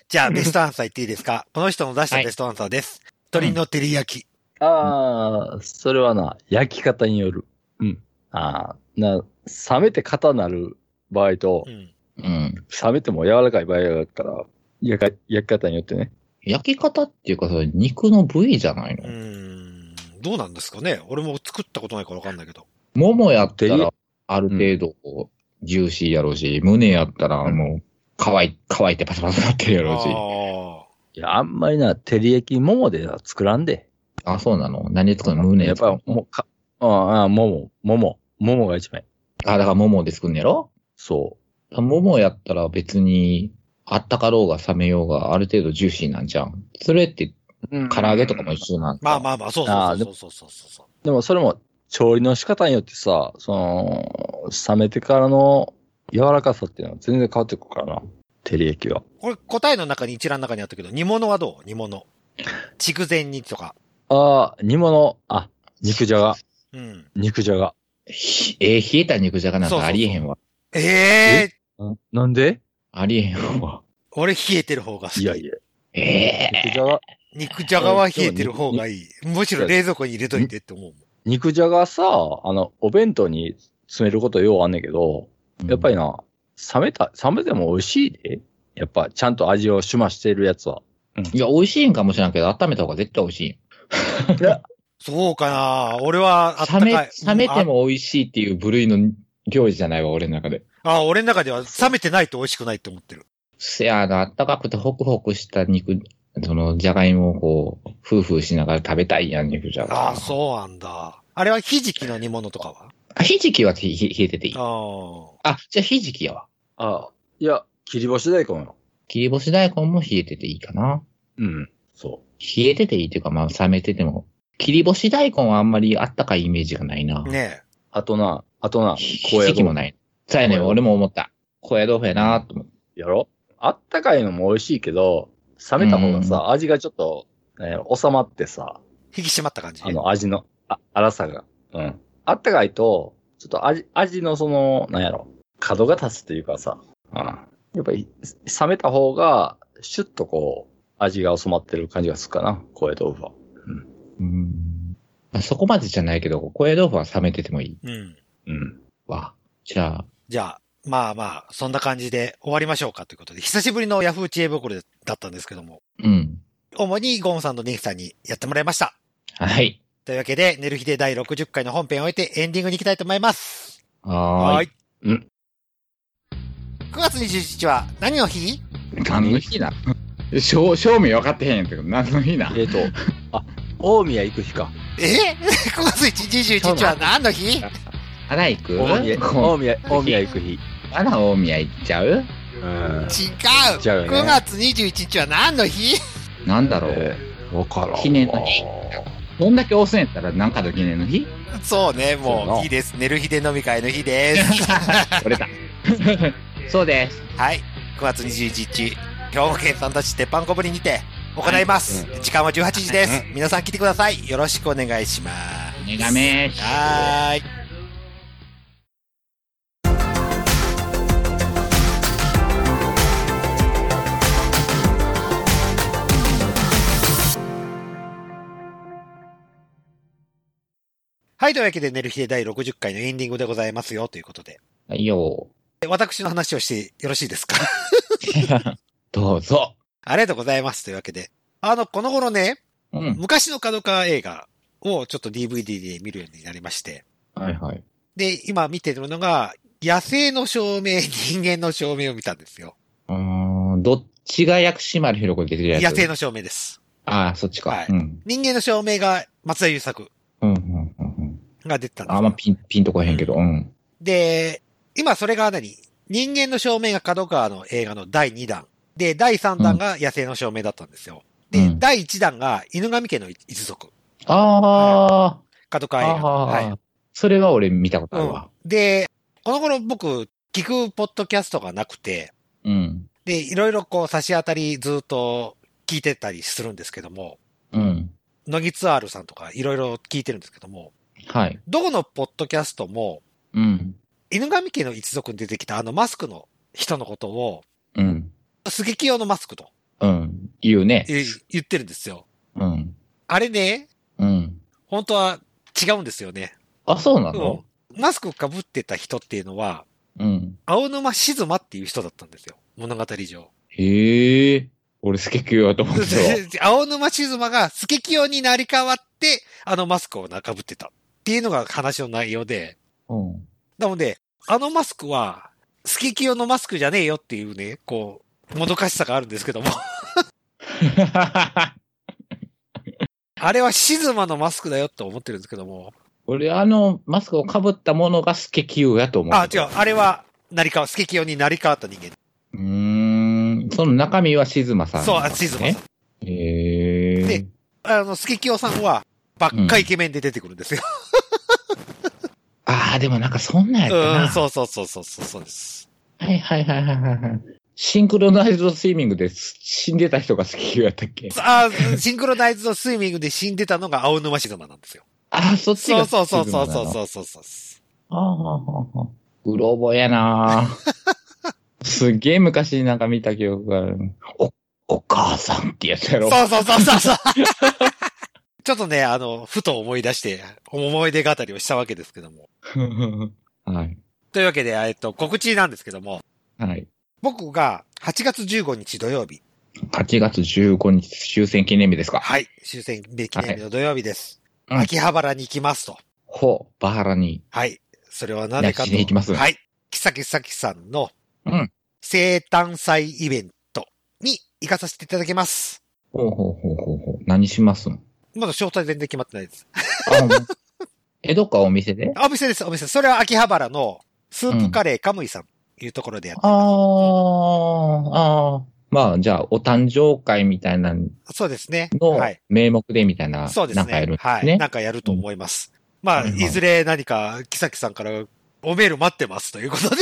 Speaker 1: じゃあ、ベストアンサー言っていいですかこの人の出した
Speaker 2: はい
Speaker 1: ベストアンサーです。鶏の照り焼き。
Speaker 3: あー、それはな、焼き方による。うん。ああ、な、冷めて硬なる場合と
Speaker 1: う、ん。
Speaker 2: うん。
Speaker 3: 冷めても柔らかい場合があったら、焼か焼き方によってね。
Speaker 2: 焼き方っていうか、それ肉の部位じゃないうの、
Speaker 1: ん。どうなんですかね俺も作ったことないからわかんないけど。
Speaker 2: ももやったら、ある程度、ジューシーやろうし、胸やったら、もう、乾い、乾いてパサパサなってるやろうし。
Speaker 1: あ
Speaker 3: いや、あんまりな、照り焼きももでは作らんで。
Speaker 2: あそうなの何作るの胸
Speaker 3: やっ
Speaker 2: 作る
Speaker 3: ぱ
Speaker 2: の、
Speaker 3: もうか、ああ、もも、もも、ももが一枚。
Speaker 2: あ、だからももで作るんやろ
Speaker 3: そ
Speaker 2: ももやったら別に、あったかろうが冷めようが、ある程度ジューシーなんじゃん。それって、
Speaker 3: う。
Speaker 2: 唐揚げとかも一緒なん
Speaker 1: ーまあ
Speaker 2: あ。
Speaker 1: まあまあ、そう
Speaker 3: あー
Speaker 1: そ
Speaker 3: で
Speaker 1: う
Speaker 3: も
Speaker 1: そうそうそうそう。
Speaker 3: でもそれも、調理の仕方によってさ、その、冷めてからの柔らかさっていうのは全然変わってくるからな。照り焼きは。
Speaker 1: これ答えの中に一覧の中にあったけど、煮物はどう煮物。筑前煮とか。
Speaker 3: ああ、煮物、あ、肉じゃが、
Speaker 1: うん。
Speaker 3: 肉じゃが。
Speaker 2: ひえー冷えた肉じゃがなん
Speaker 1: そうそう
Speaker 2: か
Speaker 1: そう
Speaker 2: ありえへんわ。
Speaker 1: ええー、
Speaker 3: なんで
Speaker 2: ありえへんわ。
Speaker 1: 俺冷えてる方が好き。
Speaker 3: いやいや、
Speaker 2: ええ
Speaker 3: 肉じゃが、
Speaker 1: 肉じゃがは冷えてる方がいい。むしろ冷蔵庫に入れといてって思うもん。
Speaker 3: 肉じゃがさ、あの、お弁当に詰めることようあんねんけど、やっぱりな、冷めた、冷めても美味しいで。やっぱ、ちゃんと味をしましてるやつは。
Speaker 2: いや、美味しいんかもしれんけど、温めた方が絶対美味しい。
Speaker 1: そうかな俺はあった
Speaker 2: 冷
Speaker 1: か
Speaker 2: め、
Speaker 1: い。
Speaker 2: 冷めて
Speaker 1: うん
Speaker 2: も美味しいっていう部類の料理じゃないわ、俺の中で。
Speaker 1: あ。あ、俺の中では冷めてないと美味しくないって思ってる。
Speaker 2: せや、あの、暖かくてホクホクした肉、その、じゃがいもをこう、ふうふうしながら食べたいやん、肉じゃ
Speaker 1: あ
Speaker 2: が。
Speaker 1: あ、そうなんだ。あれはひじきの煮物とかは
Speaker 2: あひじきはひひ冷えてていい。
Speaker 1: あ
Speaker 2: あ、じゃあひじきやわ。
Speaker 3: ああ、いや、切り干し大根よ。
Speaker 2: 切り干し大根も冷えてていいかな。
Speaker 3: うん、そ
Speaker 2: 冷えてていいっていうか、まあ、冷めてても。切り干し大根はあんまりあったかいイメージがないな。
Speaker 1: あ。ね
Speaker 3: う。あとな、あとな、
Speaker 2: ひじきもない。そうやねん、
Speaker 3: 高野豆腐
Speaker 2: 俺も思った。高野豆腐やなと思って。
Speaker 3: やろあったかいのも美味しいけど、冷めた方が
Speaker 2: う
Speaker 3: さ、味がちょっと、えー収まってさ、
Speaker 1: え。引き締まった感じ。
Speaker 3: あの、味の、あ、粗さが。うん。あったかいと、ちょっと味、味のその、なんやろ、角が立つというかさ、うん。やっぱり、冷めた方が、シュッとこう、味が収まってる感じがするかな、高野豆腐は。
Speaker 2: うん。まあ、そこまでじゃないけど、高野豆腐は冷めててもいい
Speaker 1: うん。
Speaker 3: うん。
Speaker 2: わ。じゃあ、
Speaker 1: じゃあ、まあまあ、そんな感じで終わりましょうかということで、久しぶりのヤフー知恵袋だったんですけども、
Speaker 2: うん。
Speaker 1: 主にゴンさんとニキさんにやってもらいました。
Speaker 2: はい。
Speaker 1: というわけで、寝る日で第60回の本編を終えてエンディングに行きたいと思います。
Speaker 2: はーい。
Speaker 3: うん
Speaker 1: 9月27日は何の日
Speaker 2: 何の日だ正正味分かってへんやんけど、何の日だ
Speaker 3: えっ、と、あ、大宮行く日か。
Speaker 1: え ?9 月21日は何の日
Speaker 2: 花行く
Speaker 3: 大宮、
Speaker 2: こ
Speaker 3: 大宮、大宮行く日。
Speaker 2: う花大宮行っちゃう
Speaker 3: うん。
Speaker 1: 違う
Speaker 3: 違うよね
Speaker 1: !9 月21日は何の日
Speaker 2: なんだろう
Speaker 3: えーわからんわ。
Speaker 2: 記念の日こんだけ遅いんやったら、なんかの記念の日
Speaker 1: そうね、
Speaker 3: そう
Speaker 1: も
Speaker 3: な
Speaker 1: ういいです。寝る日で飲み会の日です。
Speaker 2: 俺だ。そうです。
Speaker 1: はい。9月21日、兵庫県三田市鉄板小ぶりにて行います。時間は18時です。皆さん来てください。よろしくお願いします。
Speaker 2: お願いします
Speaker 1: はーい。はい。というわけで、寝る日で第60回のエンディングでございますよ、ということで。
Speaker 2: はいよ。
Speaker 1: え私の話をしてよろしいですか
Speaker 2: どうぞ。
Speaker 1: ありがとうございます。というわけで。あの、この頃ね、
Speaker 2: うん。
Speaker 1: 昔の角川映画をちょっと DVD で見るようになりまして。
Speaker 2: はいはい。
Speaker 1: で、今見てるのが、野生の証明、 人間の証明を見たんですよ。
Speaker 2: うーん、どっちが薬師丸ひろ子に出てるやつ
Speaker 1: 野生の証明です。
Speaker 2: ああ、そっちか。
Speaker 1: はい
Speaker 2: うん。
Speaker 1: 人間の証明が松田優作
Speaker 2: うん、うん、うんうん。
Speaker 1: が出てたんですよ
Speaker 2: あんまピン、ピンとこへんけど、うん。
Speaker 1: で、今それが何人間の証明が角川の映画の第2弾。で、第3弾が野生の証明だったんですよ。で、
Speaker 2: うん
Speaker 1: 第1弾が犬神家の一族。
Speaker 2: あ
Speaker 1: 角
Speaker 2: あ、
Speaker 1: 川映画。はい
Speaker 2: あ。あ、それは俺見たことあるわ。
Speaker 1: で、この頃僕、聞くポッドキャストがなくて、
Speaker 2: うん。
Speaker 1: で、いろいろこう差し当たりずっと聞いてたりするんですけども、
Speaker 2: うん。
Speaker 1: 乃木ツアールさんとかいろいろ聞いてるんですけども、
Speaker 2: はい。
Speaker 1: どこのポッドキャストも、
Speaker 2: うん。
Speaker 1: 犬神家の一族に出てきたあのマスクの人のことを、
Speaker 2: うん。
Speaker 1: 刺激用のマスクと
Speaker 2: うん。言うね。
Speaker 1: え言ってるんですよ。
Speaker 2: うん。
Speaker 1: あれね、
Speaker 2: うん。
Speaker 1: 本当は違うんですよね。
Speaker 2: あ、そうな
Speaker 1: う
Speaker 2: の
Speaker 1: んマスク被ってた人っていうのは、
Speaker 2: うん。
Speaker 1: 青沼静馬っていう人だったんですよ。物語上。
Speaker 2: へえ。俺、スケキヨやと思ってた
Speaker 1: 青沼静馬がスケキヨになり変わって、あのマスクを中ぶってた。っていうのが話の内容で。
Speaker 2: わ。うん。
Speaker 1: なので、あのマスクは、スケキヨのマスクじゃねえよっていうね、こう、もどかしさがあるんですけども。 あれは静馬のマスクだよって思ってるんですけども。
Speaker 2: 俺、あの、マスクをかぶったものがスケキヨやと思
Speaker 1: あ
Speaker 2: っ、て
Speaker 1: 違う
Speaker 2: た。。
Speaker 1: あれは、なりかわ、スケキヨになり変わった人間。
Speaker 2: うーん。その中身は静馬さん、
Speaker 1: そう、あ静馬さん。。
Speaker 2: へ
Speaker 1: で
Speaker 2: え。
Speaker 1: あの、スケキヨさんは、ばっかイケメンで出てくるんですよ。
Speaker 2: ああ、でもなんかそんなんやっ
Speaker 1: う
Speaker 2: たな。
Speaker 1: ん、そうそうそうそうそうそうです。
Speaker 2: はいはいはいはいはいはい。シンクロナイズドスイミングです死んでた人がスケキヨやったっけ
Speaker 1: あシンクロナイズドスイミングで死んでたのが青沼静馬なんですよ。
Speaker 2: ああ、そっち
Speaker 1: そ
Speaker 2: が
Speaker 1: うそうそうそう
Speaker 2: 静馬なの
Speaker 1: そうそうそう。
Speaker 2: ああ、ああ、うろ覚えや なぁすっげえ昔なんか見た記憶がある。お、お母さんってやつやろ。
Speaker 1: そうそうそうそうそう。 ちょっとね、あの、ふと思い出して、思い出語りをしたわけですけども。
Speaker 2: はい。
Speaker 1: というわけで、えっと、告知なんですけども、
Speaker 2: はい。
Speaker 1: 僕が8月15日土曜日、
Speaker 2: 8月15日終戦記念日ですか。
Speaker 1: はい、終戦記念日の土曜日です。
Speaker 2: はいうん
Speaker 1: 秋葉原に行きますと。
Speaker 2: ほう、バハラに。
Speaker 1: はい。それはなぜかと。
Speaker 2: いやしに行きます
Speaker 1: はい。キサキサキさんの
Speaker 2: うん。
Speaker 1: 生誕祭イベントに行かさせていただきます。
Speaker 2: ほうほうほうほうほう。何しますの
Speaker 1: まだ詳細全然決まってないです。
Speaker 2: あ、ほんまえ、どっかお店で
Speaker 1: お店です、お店。それは秋葉原のスープカレーカムイさんというところでやって
Speaker 2: ああ、ああ。まあ、じゃあ、お誕生会みたいな
Speaker 1: そうですね。
Speaker 2: の
Speaker 1: はい。
Speaker 2: 名目でみたいな、
Speaker 1: そうで
Speaker 2: な
Speaker 1: す
Speaker 2: んかやるん
Speaker 1: ね
Speaker 2: で。すね。
Speaker 1: はい。なんかやると思います。まあ、
Speaker 2: はいはい
Speaker 1: いずれ何か、キサキさんからおメール待ってますということで、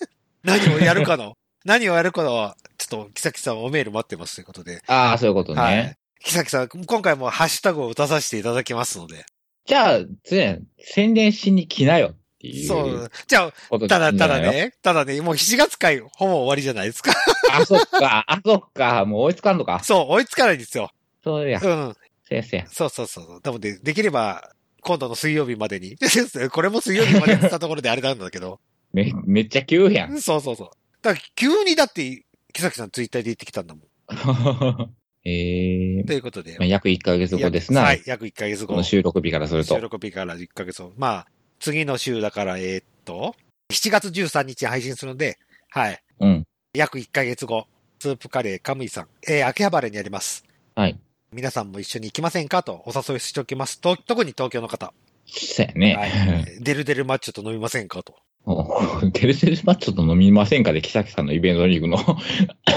Speaker 1: 何をやるか の、何をやるかのは、ちょっとキサキさんおメール待ってますということで。
Speaker 2: ああ、そういうことね。
Speaker 1: はい。キサキさん、今回もハッシュタグを出させていただきますので。
Speaker 2: じゃあ、つやん、宣伝しに来なよっていう。
Speaker 1: そう。じゃ
Speaker 2: こ
Speaker 1: あ、
Speaker 2: とでい
Speaker 1: た
Speaker 2: い
Speaker 1: だ、
Speaker 2: んじ
Speaker 1: た
Speaker 2: ゃな
Speaker 1: だ
Speaker 2: いの。
Speaker 1: ね、ただね、もう7月会、ほぼ終わりじゃないですか。
Speaker 2: あ、そっか、あ、そっか、もう追いつかんのか。
Speaker 1: そう、追いつかないんですよ。
Speaker 2: そうや
Speaker 1: う、ん。
Speaker 2: 先生。
Speaker 1: そうそうそう。なので、できれば、今度の水曜日までに。 これも水曜日までにしたところであれなんだけど。
Speaker 2: め、めっちゃ急やん。
Speaker 1: そうそうそう。だから急にだって、木崎さんツイッターで言ってきたんだもん。
Speaker 2: ええ
Speaker 1: ということで。
Speaker 2: まあ、約1ヶ月後ですな。
Speaker 1: はい、約1ヶ月
Speaker 2: こ
Speaker 1: 後
Speaker 2: の。収録日からすると
Speaker 1: 収。録日から1ヶ月後。まあ、次の週だから、えーっと、7月13日配信するので、はい。
Speaker 2: うん。
Speaker 1: 約1ヶ月後、スープカレーカムイさん、えー、秋葉原にあります。
Speaker 2: はい。
Speaker 1: 皆さんも一緒に行きませんかとお誘いしておきます。と、特に東京の方。
Speaker 2: そうや
Speaker 1: はい
Speaker 2: ね。。
Speaker 1: デルデルマッチョと飲みませんかと。
Speaker 2: おテルセルマッチョと飲みませんかで、キサキさんのイベントに行くの。は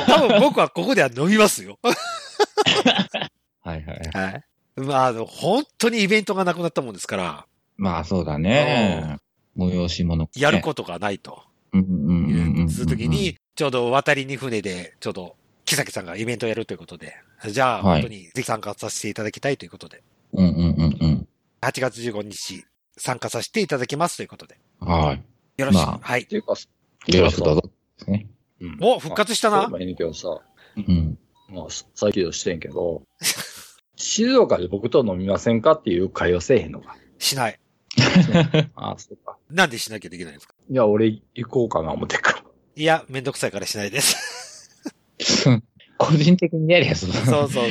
Speaker 1: 多分僕はここでは飲みます よ。
Speaker 2: いはい。
Speaker 1: はい。まあ、あの、本当にイベントがなくなったもんですから、
Speaker 2: まあ、そうだね。催し物。
Speaker 1: やることがないと。
Speaker 2: うんうんうんうんうん。
Speaker 1: するときに、ちょうど渡りに船で、ちょうど、木崎さんがイベントをやるということで、じゃあ、
Speaker 2: はい
Speaker 1: 本当にぜひ参加させていただきたいということで、
Speaker 2: うんうんうん
Speaker 1: 8月15日、参加させていただきますということで。
Speaker 2: うん。はい。
Speaker 1: よろしく。
Speaker 2: ま
Speaker 1: はい
Speaker 3: っ。ていうか、
Speaker 2: よろしくどうぞ。ですね。
Speaker 3: うん
Speaker 1: お、復活した
Speaker 3: まあ
Speaker 1: な
Speaker 3: そうでもいいけどさ、
Speaker 2: うん。
Speaker 3: まあ、再起動してんけど、 静岡で僕と飲みませんかっていう会話せえへんのか。
Speaker 1: しない。
Speaker 3: ああ、そうか。
Speaker 1: なんでしなきゃできないんですか
Speaker 3: いや、俺行こうかな思ってっから。
Speaker 1: いや、めんどくさいからしない です。
Speaker 2: 個人的にやりや
Speaker 1: そ
Speaker 2: す。二
Speaker 1: うそうそ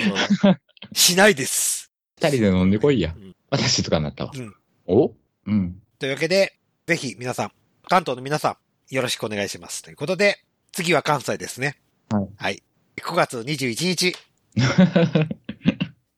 Speaker 1: う。しないです。
Speaker 2: 人で飲んでこいや
Speaker 1: うん。
Speaker 2: 私とかになったわ。
Speaker 1: うん
Speaker 2: おうん。
Speaker 1: というわけで、ぜひ皆さん、関東の皆さん、よろしくお願いします。ということで、次は関西ですね。
Speaker 2: はい。
Speaker 1: はい。9月21日、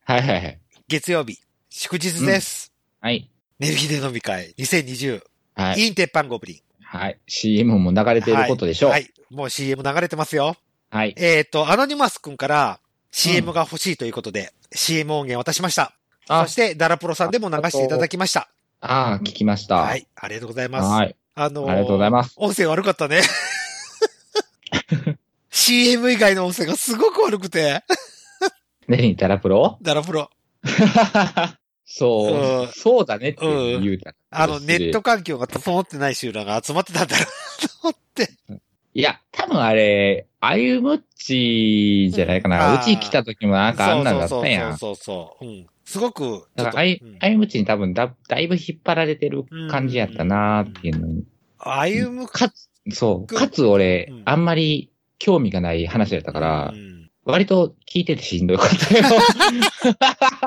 Speaker 2: はいはいはい。
Speaker 1: 月曜日、祝日です。
Speaker 2: はい。
Speaker 1: 寝る日で飲み会2020、
Speaker 2: はい。
Speaker 1: イン鉄板ゴブリ
Speaker 2: はい。CM も流れていることでし
Speaker 1: ン。
Speaker 2: ょう。
Speaker 1: は
Speaker 2: はい。
Speaker 1: い。もう CM 流れてますよ。
Speaker 2: はい。
Speaker 1: えっ、と、アノニマスくんから CM が欲しいということで、CM 音源渡しました。
Speaker 2: あ
Speaker 1: そして、ダラプロさんでも流していただきました。
Speaker 2: ああ、聞きました。
Speaker 1: は。い。ありがとうございます。
Speaker 2: はい。
Speaker 1: あのー
Speaker 2: ありがとうございます。
Speaker 1: 音声悪かった ね。CM 以外の音声がすごく悪くて、
Speaker 2: 何タラプロ
Speaker 1: ダラプロ。
Speaker 2: そうう。
Speaker 1: ん
Speaker 2: そうだねって言うたら。
Speaker 1: あの、
Speaker 2: 私
Speaker 1: ネット環境が整ってない集団が集まってたんだなと思って。
Speaker 2: いや、多分あれ、あゆむっちじゃないか
Speaker 1: うんあ
Speaker 2: な。
Speaker 1: ー
Speaker 2: うち来た時もなんかあんなんだったやん。
Speaker 1: そうそうそうそうそう。うん。すごく、
Speaker 2: だから
Speaker 1: あ
Speaker 2: あい
Speaker 1: うん、
Speaker 2: あゆむちに多分だ、だいぶ引っ張られてる感じやったなーっていうのに。
Speaker 1: 歩むか、
Speaker 2: かつ、そう。
Speaker 1: 僕
Speaker 2: かつ俺、
Speaker 1: うん
Speaker 2: あんまり興味がない話だったから、
Speaker 1: うん
Speaker 2: 割と聞いててしんどかったよ。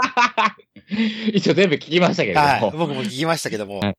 Speaker 2: 一応全部聞きましたけれども。
Speaker 1: はい。僕も聞きましたけども。
Speaker 2: はい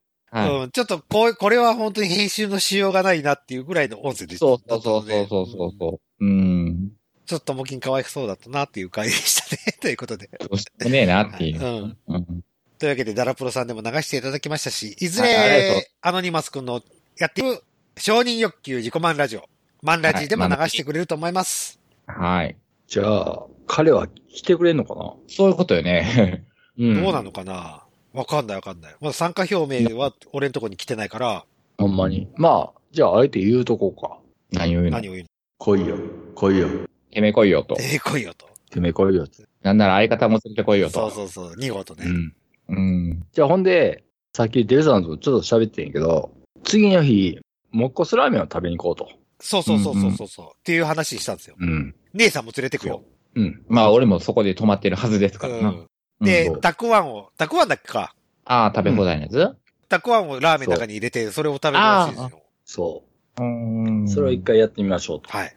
Speaker 1: うん、ちょっとこう、これは本当に編集のしようがないなっていうぐらいの音声で
Speaker 2: そうそうそうそうそうそうそう。うん。
Speaker 1: ちょっともきんかわいそうだったなっていう回でしたね。ということで。
Speaker 2: どうしてもねえなっていう。
Speaker 1: うん。
Speaker 2: うん。
Speaker 1: というわけで、ダラプロさんでも流していただきましたし、いず
Speaker 2: はいありがとう
Speaker 1: れ、アノニマス君のやっている承認欲求自己満ラジオ、満ラジでも流してくれると思います。
Speaker 2: はい。
Speaker 3: じゃあ、彼は来てくれんのかな
Speaker 2: そういうことよね。 うん。
Speaker 1: どうなのかなわかんないわかんない。まだ参加表明は俺のとこに来てないから、
Speaker 3: ほんまに。まあ、じゃあ、あえて言うとこうか。
Speaker 2: 何を言うの
Speaker 1: 何を言う
Speaker 3: 来いよ、来いよ、
Speaker 2: てめえ来いよと
Speaker 1: の。ええ来いよと。
Speaker 3: てめえ来いよ。
Speaker 2: なんなら相方も連れて来いよ
Speaker 1: そ
Speaker 2: と。
Speaker 1: うそうそう、2号とね。
Speaker 3: ん。
Speaker 2: うん。
Speaker 3: じゃあ、ほんで、さっきデルさんとちょっと喋ってんやけど、次の日、もっこすラーメンを食べに行こうと。
Speaker 1: そうそうそうそうそうそう、っていう話したんですよ。
Speaker 3: うん。
Speaker 1: 姉さんも連れてくよ。
Speaker 3: うん。
Speaker 2: まあ俺もそこで泊まってるはずです
Speaker 1: う
Speaker 2: からな。
Speaker 1: ん。
Speaker 2: うん
Speaker 1: で
Speaker 3: う、ん
Speaker 1: たくあんを、たくあんだっけか。
Speaker 2: ああ、食べ放題のやつ
Speaker 1: たくあんをラーメンの中に入れて、それを食べるらしいですよ。
Speaker 3: そ
Speaker 2: うん
Speaker 3: う。それを一回やってみましょうと。
Speaker 1: はい。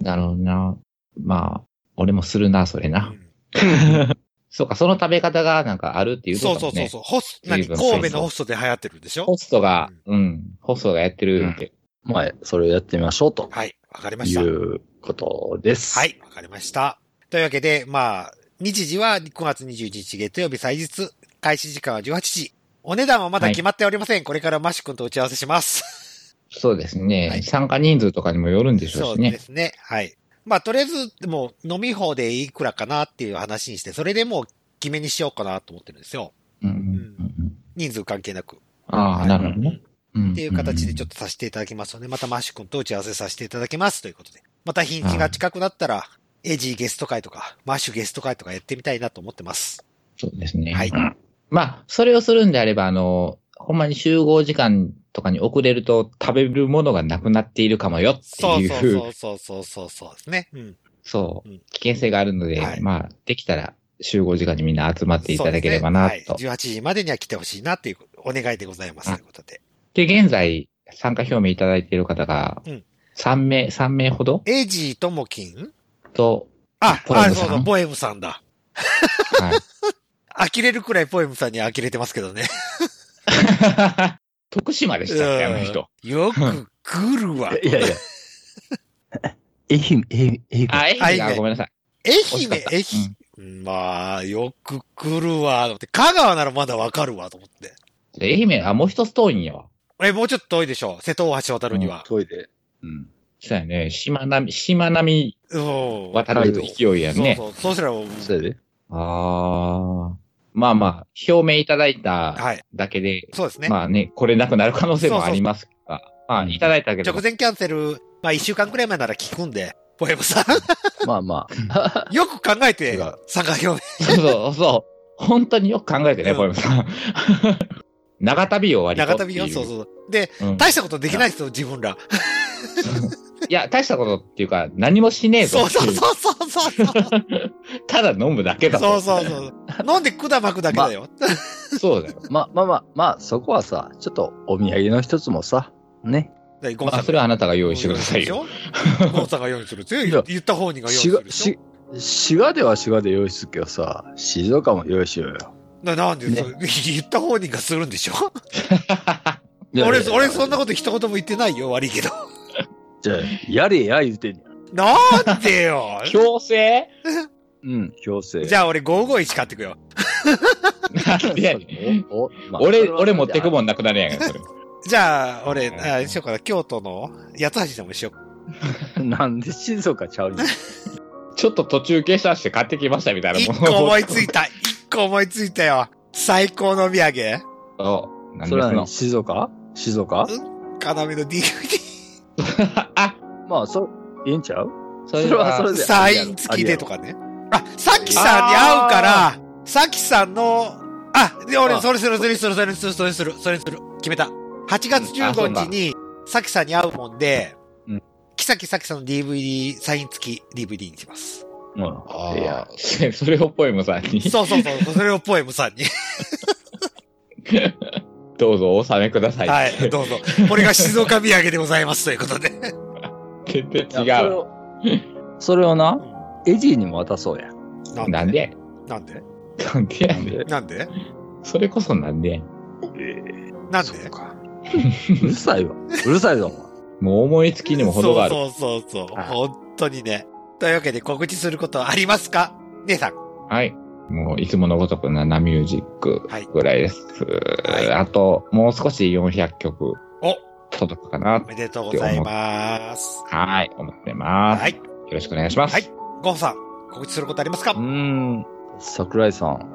Speaker 2: なるほどな。まあ、俺もするな、それ
Speaker 1: う
Speaker 2: な。
Speaker 1: ん
Speaker 2: そうか、その食べ方がなんかあるっていうこ
Speaker 1: そう
Speaker 2: と
Speaker 1: そう
Speaker 2: も
Speaker 1: そう
Speaker 2: ね。
Speaker 1: そう。ホス、何
Speaker 2: 随分
Speaker 1: 神戸のホストで流行ってるんでしょ
Speaker 2: ホストが、うん、ホストがやってるって。
Speaker 3: まあ、それをやってみましょうと。
Speaker 1: はい。わかりまし
Speaker 3: い
Speaker 1: た。
Speaker 3: うことです。
Speaker 1: は。い。わかりました。というわけで、まあ、日時は9月21日月曜日祭日。開始時間は18時。お値段はまだ決まっておりません。これからマシュ君と打ち合わせします。
Speaker 2: そうですね、
Speaker 1: はい
Speaker 2: 参加人数とかにもよるんでしょ
Speaker 1: そうう
Speaker 2: し
Speaker 1: で
Speaker 2: ね。
Speaker 1: すね。はい。まあ、とりあえず、もう飲み放でいくらかなっていう話にして、それでもう決めにしようかなと思ってるんですよ。
Speaker 2: うんうんうんうん
Speaker 1: 人数関係なく。
Speaker 2: あ
Speaker 1: は
Speaker 2: あ、
Speaker 1: い
Speaker 2: なるほどね。ん
Speaker 1: っていう形でちょっ
Speaker 2: と。
Speaker 1: とさせていただきますので、またマッシュ君と打ち合わせさせていただきますということで。また日にちが近くなったら、エジーゲスト会とか、マッシュゲスト会とかやってみたいなと思ってます。
Speaker 2: そうですね。
Speaker 1: はい
Speaker 2: うんまあ、それをするんであれば、あの、ほんまに集合時間とかに遅れると食べるものがなくなっているかもよって
Speaker 1: そう
Speaker 2: いう、
Speaker 1: そうそうそうそうそうですね。うん。
Speaker 2: そう
Speaker 1: うん
Speaker 2: 危険性があるので、
Speaker 1: はい
Speaker 2: まあ、できたら集合時間にみんな集まっていただければなと。
Speaker 1: そうですねはい。18時までには来てほしいなっていうお願いでございますということで。
Speaker 2: で、現在、参加表明いただいている方が
Speaker 1: うん、
Speaker 2: 3名、3名ほど
Speaker 1: エジーともきん
Speaker 2: と、
Speaker 1: あ、
Speaker 2: ポエム
Speaker 1: あ、
Speaker 2: さん
Speaker 1: そうだ、ポエムさんだ。
Speaker 2: はい。
Speaker 1: 呆れるくらいポエムさんに呆れてますけどね。
Speaker 2: 徳島でしたっけ、あの人。
Speaker 1: うんよく来るわ。
Speaker 3: いやいや。えひめ、えひめ、
Speaker 2: あ、え
Speaker 1: 愛
Speaker 2: い
Speaker 1: 媛
Speaker 2: あごめんなさい。
Speaker 1: 愛
Speaker 2: 惜し
Speaker 1: 媛
Speaker 2: かった、
Speaker 1: 愛媛。まあ、よく来るわ、と思って。香川ならまだわかるわ、と思って。
Speaker 2: で愛媛、あ、もう一つ遠いんやわ。
Speaker 1: え、もうちょっと遠いでしょ。瀬戸大橋渡るには。
Speaker 3: トイレ。うん。
Speaker 2: そうやね。島並み、島並
Speaker 1: うん。
Speaker 2: み渡る勢いやね。
Speaker 1: そうそう。そうしたらもう、
Speaker 3: それで
Speaker 2: ああ。まあまあ、表明いただいた
Speaker 1: はい。
Speaker 2: だけで、
Speaker 1: そうですね。
Speaker 2: まあね、これなくなる可能性もありますが、まあ、いただいたけど
Speaker 1: 直、前キャンセル、まあ一週間くらい前なら聞くんで、ポエム さ
Speaker 3: まあまあ。
Speaker 1: ん。よく考えて
Speaker 3: 違う、
Speaker 1: 参加表明。
Speaker 2: そうそうそう。本当によく考えて
Speaker 1: う
Speaker 2: ね、
Speaker 1: ん
Speaker 2: ポエムさん。長旅を割りと
Speaker 1: 長
Speaker 2: ってい
Speaker 1: 旅よ、そう
Speaker 2: う。
Speaker 1: そう。で、
Speaker 2: うん
Speaker 1: 大したことできないですよ、自分ら。
Speaker 2: いや、大したことっていうか、何もしねえぞ
Speaker 1: そう
Speaker 2: っ
Speaker 1: そう
Speaker 2: ていう。
Speaker 1: そうそうそう。そう
Speaker 2: ただ飲むだけだ
Speaker 1: そう
Speaker 2: ぞ。
Speaker 1: そう。飲んで管巻くだけだよ。
Speaker 2: そうだよ。
Speaker 3: まあまあまあ、まあそこはさ、ちょっとお土産の一つもさ、ね。
Speaker 1: でゴン
Speaker 2: ま
Speaker 1: さ
Speaker 2: あ、
Speaker 1: ん
Speaker 2: それはあなたが用意してくださいよ。
Speaker 1: よ。 ゴンさんが用意するって
Speaker 3: いや
Speaker 1: 言った方にが用意す
Speaker 3: 滋
Speaker 1: る
Speaker 3: 賀、
Speaker 1: でしょ
Speaker 3: し、滋賀では滋賀で用意するけどさ、静岡も用意しようよ。
Speaker 1: ななんで、
Speaker 3: ね
Speaker 1: そう 言った方にがするんでしょ
Speaker 3: いや
Speaker 1: 俺
Speaker 3: いや、
Speaker 1: 俺そんなこと一言も言ってないよ、悪いけど。
Speaker 3: じゃあやれや言うてんね
Speaker 1: なんで よ
Speaker 2: 強制
Speaker 3: ん。うん、強制。
Speaker 1: じゃあ俺551買ってくよ。
Speaker 2: なんでやねん。
Speaker 3: おおまあそ
Speaker 2: 俺、
Speaker 3: れは
Speaker 2: 俺持ってくもんなくなるやんか、それ。
Speaker 1: じゃあ、俺、あれしようかな、京都の八つ橋でもしようか。
Speaker 3: なん で静岡ちゃうねん。
Speaker 2: ちょっと途中下車して買ってきましたみたいな
Speaker 1: 一
Speaker 2: もん。
Speaker 1: 個思いついた一個思いついたよ最高のお土産
Speaker 2: そう。何
Speaker 3: それは
Speaker 2: で
Speaker 3: 何
Speaker 2: す
Speaker 3: 静岡静岡
Speaker 1: 要の DVD
Speaker 2: の あ、
Speaker 3: まあ、そ、いいんちゃう
Speaker 2: そ
Speaker 3: そ
Speaker 2: れ
Speaker 3: れは
Speaker 2: は、
Speaker 3: それで。
Speaker 1: サイン付きでとかねあさきさんに会うからさきさんのあで俺
Speaker 3: あ
Speaker 1: それするそれするそれするそれするそれする決めた8月15日にさきさんに会うもんで
Speaker 3: うん
Speaker 1: キサキサキさんの DVD サイン付き DVD にします
Speaker 3: うん。
Speaker 2: あ
Speaker 3: いや、
Speaker 2: ーそれをポエムさんに。
Speaker 1: そうそうそうそれをポエムさんに
Speaker 2: どうぞお納めください。
Speaker 1: はい、どうぞ。これが静岡土産でございますということで。
Speaker 2: 全然
Speaker 3: いやそ
Speaker 2: 違
Speaker 3: れ
Speaker 2: う。
Speaker 3: をそれをな、エジーにも渡そう や。
Speaker 1: な
Speaker 2: なんで
Speaker 1: なんで
Speaker 2: なんでやねん。
Speaker 1: なんで
Speaker 2: それこそなんでやねん
Speaker 1: なん
Speaker 3: そう
Speaker 1: で
Speaker 3: か。うるさいわ。うるさいぞ、
Speaker 2: もう思いつきにも程がある。
Speaker 1: そうそうそうそう。
Speaker 3: はい
Speaker 1: 本当にね。というわけで告知することはありますか姉さん。
Speaker 2: はい。もう、いつものごとくナナミュージックぐらいです。
Speaker 1: い
Speaker 2: あと、もう少しで400曲
Speaker 1: お
Speaker 2: 届くかな
Speaker 1: お。めでとうございます。
Speaker 2: はい、思ってます。
Speaker 1: はい。
Speaker 2: よろしくお願いします。
Speaker 1: はい。ゴンさん、告知することありますか
Speaker 2: うーん。
Speaker 3: 桜井さ ん。ラー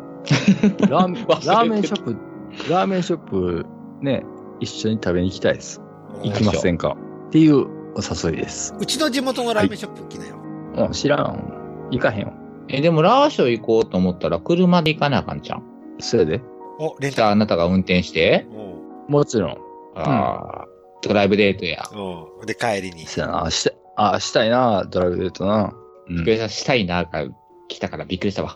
Speaker 3: メン、
Speaker 2: 忘れ
Speaker 3: ラ
Speaker 2: てた
Speaker 3: ーメンショップ、ラーメンショップ、ね、一緒に食べに行きたいです。行きませんかっていうお誘いです。
Speaker 1: うちの地元のラーメンショップ行きなよ。
Speaker 3: もう知らん。行かへんよ。
Speaker 2: え、でも、ラーショ行こうと思ったら、車で行かなあかんじゃん。
Speaker 3: そやで。
Speaker 1: お、レン
Speaker 2: じゃ
Speaker 1: タ
Speaker 2: あ、あなたが運転して、
Speaker 1: ル。うん。
Speaker 3: もちろん。
Speaker 2: ああ、ドライブデートや、
Speaker 1: うん。で、帰りに。
Speaker 3: そやな。して、あ、したいな、ドライブデートな。うん
Speaker 2: スペシャルしたいな、が来たからびっくりしたわ。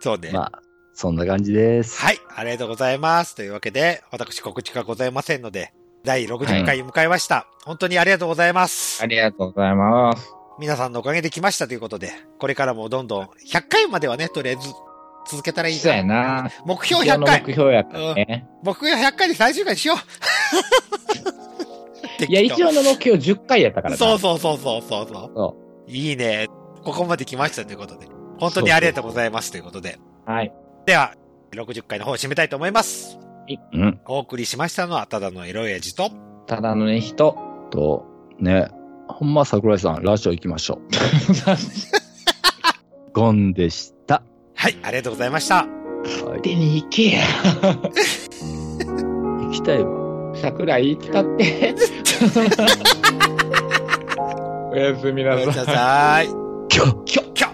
Speaker 1: そうね。
Speaker 3: まあ、そんな感じです。
Speaker 1: はい。ありがとうございます。というわけで、私告知がございませんので、第60
Speaker 2: は
Speaker 1: 回を迎えました。本当にありがとうございます。
Speaker 2: ありがとうございます。
Speaker 1: 皆さんのおかげで来ましたということで、これからもどんどん100回まではね、とりあえず続けたらいい
Speaker 2: そうやな。
Speaker 1: 目標100
Speaker 2: の
Speaker 1: 回
Speaker 2: 目標やったね。
Speaker 1: 目標100回で最終回にしよう
Speaker 2: いや、一応の目標10回やったからな
Speaker 1: そうそうそうそうそうそう。
Speaker 2: そ
Speaker 1: いいね。ここまで来ましたということで。本当にありがとうございますということで。
Speaker 2: う。はい。
Speaker 1: では、60回の方を締めたいと思います。
Speaker 3: うん。
Speaker 1: お送りしましたのは、ただのエロエジと、
Speaker 2: ただのね、人。
Speaker 3: と、ね。ほんま桜井さん、ラジオ行き ましょう。ゴンでした。
Speaker 1: はい、ありがとうございま した。
Speaker 2: 手に行けや。
Speaker 3: 行きたいわ。
Speaker 2: 桜井行ったって。おやすみ
Speaker 1: ご
Speaker 2: な
Speaker 1: めんな
Speaker 2: さい。
Speaker 1: さい。
Speaker 3: 今日
Speaker 1: きょ、きょ